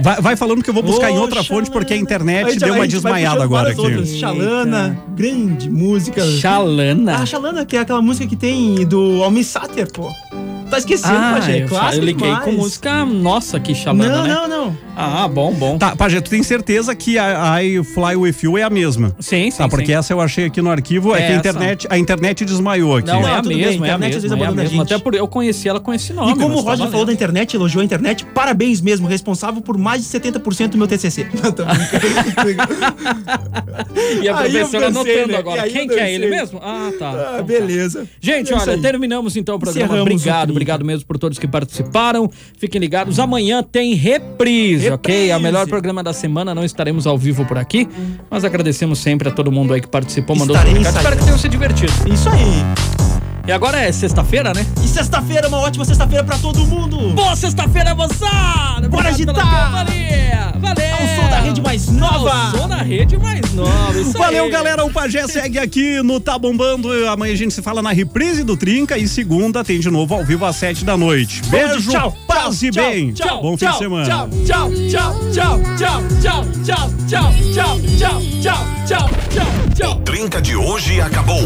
[SPEAKER 3] Vai, vai falando que eu vou buscar em outra
[SPEAKER 5] Poxa,
[SPEAKER 3] fonte porque a
[SPEAKER 5] A
[SPEAKER 3] internet
[SPEAKER 5] gente
[SPEAKER 3] É, deu
[SPEAKER 5] vai-
[SPEAKER 3] uma
[SPEAKER 5] a gente vai
[SPEAKER 3] desmaiada
[SPEAKER 5] puxando
[SPEAKER 3] agora
[SPEAKER 5] várias
[SPEAKER 3] aqui.
[SPEAKER 5] outras. Xalana, grande música.
[SPEAKER 4] Xalana.
[SPEAKER 5] Ah, Xalana, que é aquela música que tem do Almi Sater, pô. Tá esquecendo,
[SPEAKER 4] Ah,
[SPEAKER 5] Pajé.
[SPEAKER 4] eu,
[SPEAKER 5] Clássico
[SPEAKER 4] eu liguei
[SPEAKER 5] demais.
[SPEAKER 4] com música nossa aqui, Xalana,
[SPEAKER 5] Não,
[SPEAKER 4] né?
[SPEAKER 5] não, não.
[SPEAKER 4] Ah, bom, bom.
[SPEAKER 3] Tá, Pajé, tu tem certeza que a a I Fly With You é a mesma?
[SPEAKER 4] Sim, sim,
[SPEAKER 3] Tá, porque
[SPEAKER 4] sim.
[SPEAKER 3] essa eu achei aqui no arquivo, é, que a
[SPEAKER 4] Essa.
[SPEAKER 3] internet, a internet desmaiou aqui.
[SPEAKER 4] Não, é a
[SPEAKER 5] tudo bem,
[SPEAKER 4] mesma, é a
[SPEAKER 5] internet às vezes
[SPEAKER 4] mesma, é a
[SPEAKER 5] abandona a
[SPEAKER 4] mesma.
[SPEAKER 5] gente.
[SPEAKER 4] Até por eu conheci ela com esse nome.
[SPEAKER 5] E como o
[SPEAKER 4] mas
[SPEAKER 5] Roger
[SPEAKER 4] tá
[SPEAKER 5] falou da
[SPEAKER 4] valendo.
[SPEAKER 5] internet, elogiou a internet, parabéns mesmo, responsável por mais de 70% do meu TCC. (laughs) Não, tô
[SPEAKER 4] (laughs)
[SPEAKER 5] brincando.
[SPEAKER 4] E a
[SPEAKER 5] Aí eu
[SPEAKER 4] professora
[SPEAKER 5] dancei,
[SPEAKER 4] anotando
[SPEAKER 5] né? E
[SPEAKER 4] agora.
[SPEAKER 5] aí eu
[SPEAKER 4] Quem que é
[SPEAKER 5] dancei.
[SPEAKER 4] ele mesmo? Ah, tá.
[SPEAKER 5] Ah,
[SPEAKER 4] Então tá.
[SPEAKER 5] beleza.
[SPEAKER 4] Gente,
[SPEAKER 5] É isso
[SPEAKER 4] olha,
[SPEAKER 5] aí.
[SPEAKER 4] terminamos então o programa.
[SPEAKER 5] Encerramos o
[SPEAKER 4] obrigado,
[SPEAKER 5] trinca.
[SPEAKER 4] obrigado mesmo por todos que participaram. Fiquem ligados. Amanhã tem reprise, ok? É o melhor
[SPEAKER 5] Reprise.
[SPEAKER 4] programa da semana. Não estaremos ao vivo por aqui, mas agradecemos sempre a todo mundo aí que participou, mandou
[SPEAKER 5] Estarei
[SPEAKER 4] seu recado. Espero
[SPEAKER 5] saindo.
[SPEAKER 4] que tenham se divertido.
[SPEAKER 5] Isso aí.
[SPEAKER 4] E agora é sexta-feira, né?
[SPEAKER 5] E sexta-feira, uma ótima sexta-feira pra todo mundo.
[SPEAKER 4] Boa sexta-feira, moçada!
[SPEAKER 5] Bora
[SPEAKER 4] Obrigado pela
[SPEAKER 5] agitar!
[SPEAKER 4] companhia! Valeu!
[SPEAKER 5] Ao som da rede mais nova.
[SPEAKER 4] Ao som da rede mais nova! Isso
[SPEAKER 3] Valeu,
[SPEAKER 4] aí.
[SPEAKER 3] galera. O Pajé segue aqui no Tá Bombando. Amanhã a gente se fala na reprise do Trinca e segunda tem de novo ao vivo às sete da noite. Beijo,
[SPEAKER 5] Tchau,
[SPEAKER 3] paz e
[SPEAKER 5] tchau,
[SPEAKER 3] bem.
[SPEAKER 5] tchau,
[SPEAKER 3] Bom fim
[SPEAKER 5] tchau,
[SPEAKER 3] de semana.
[SPEAKER 5] Tchau, tchau, tchau, tchau, tchau, tchau, tchau, tchau, tchau, tchau, tchau, tchau, tchau.
[SPEAKER 9] Trinca de hoje acabou.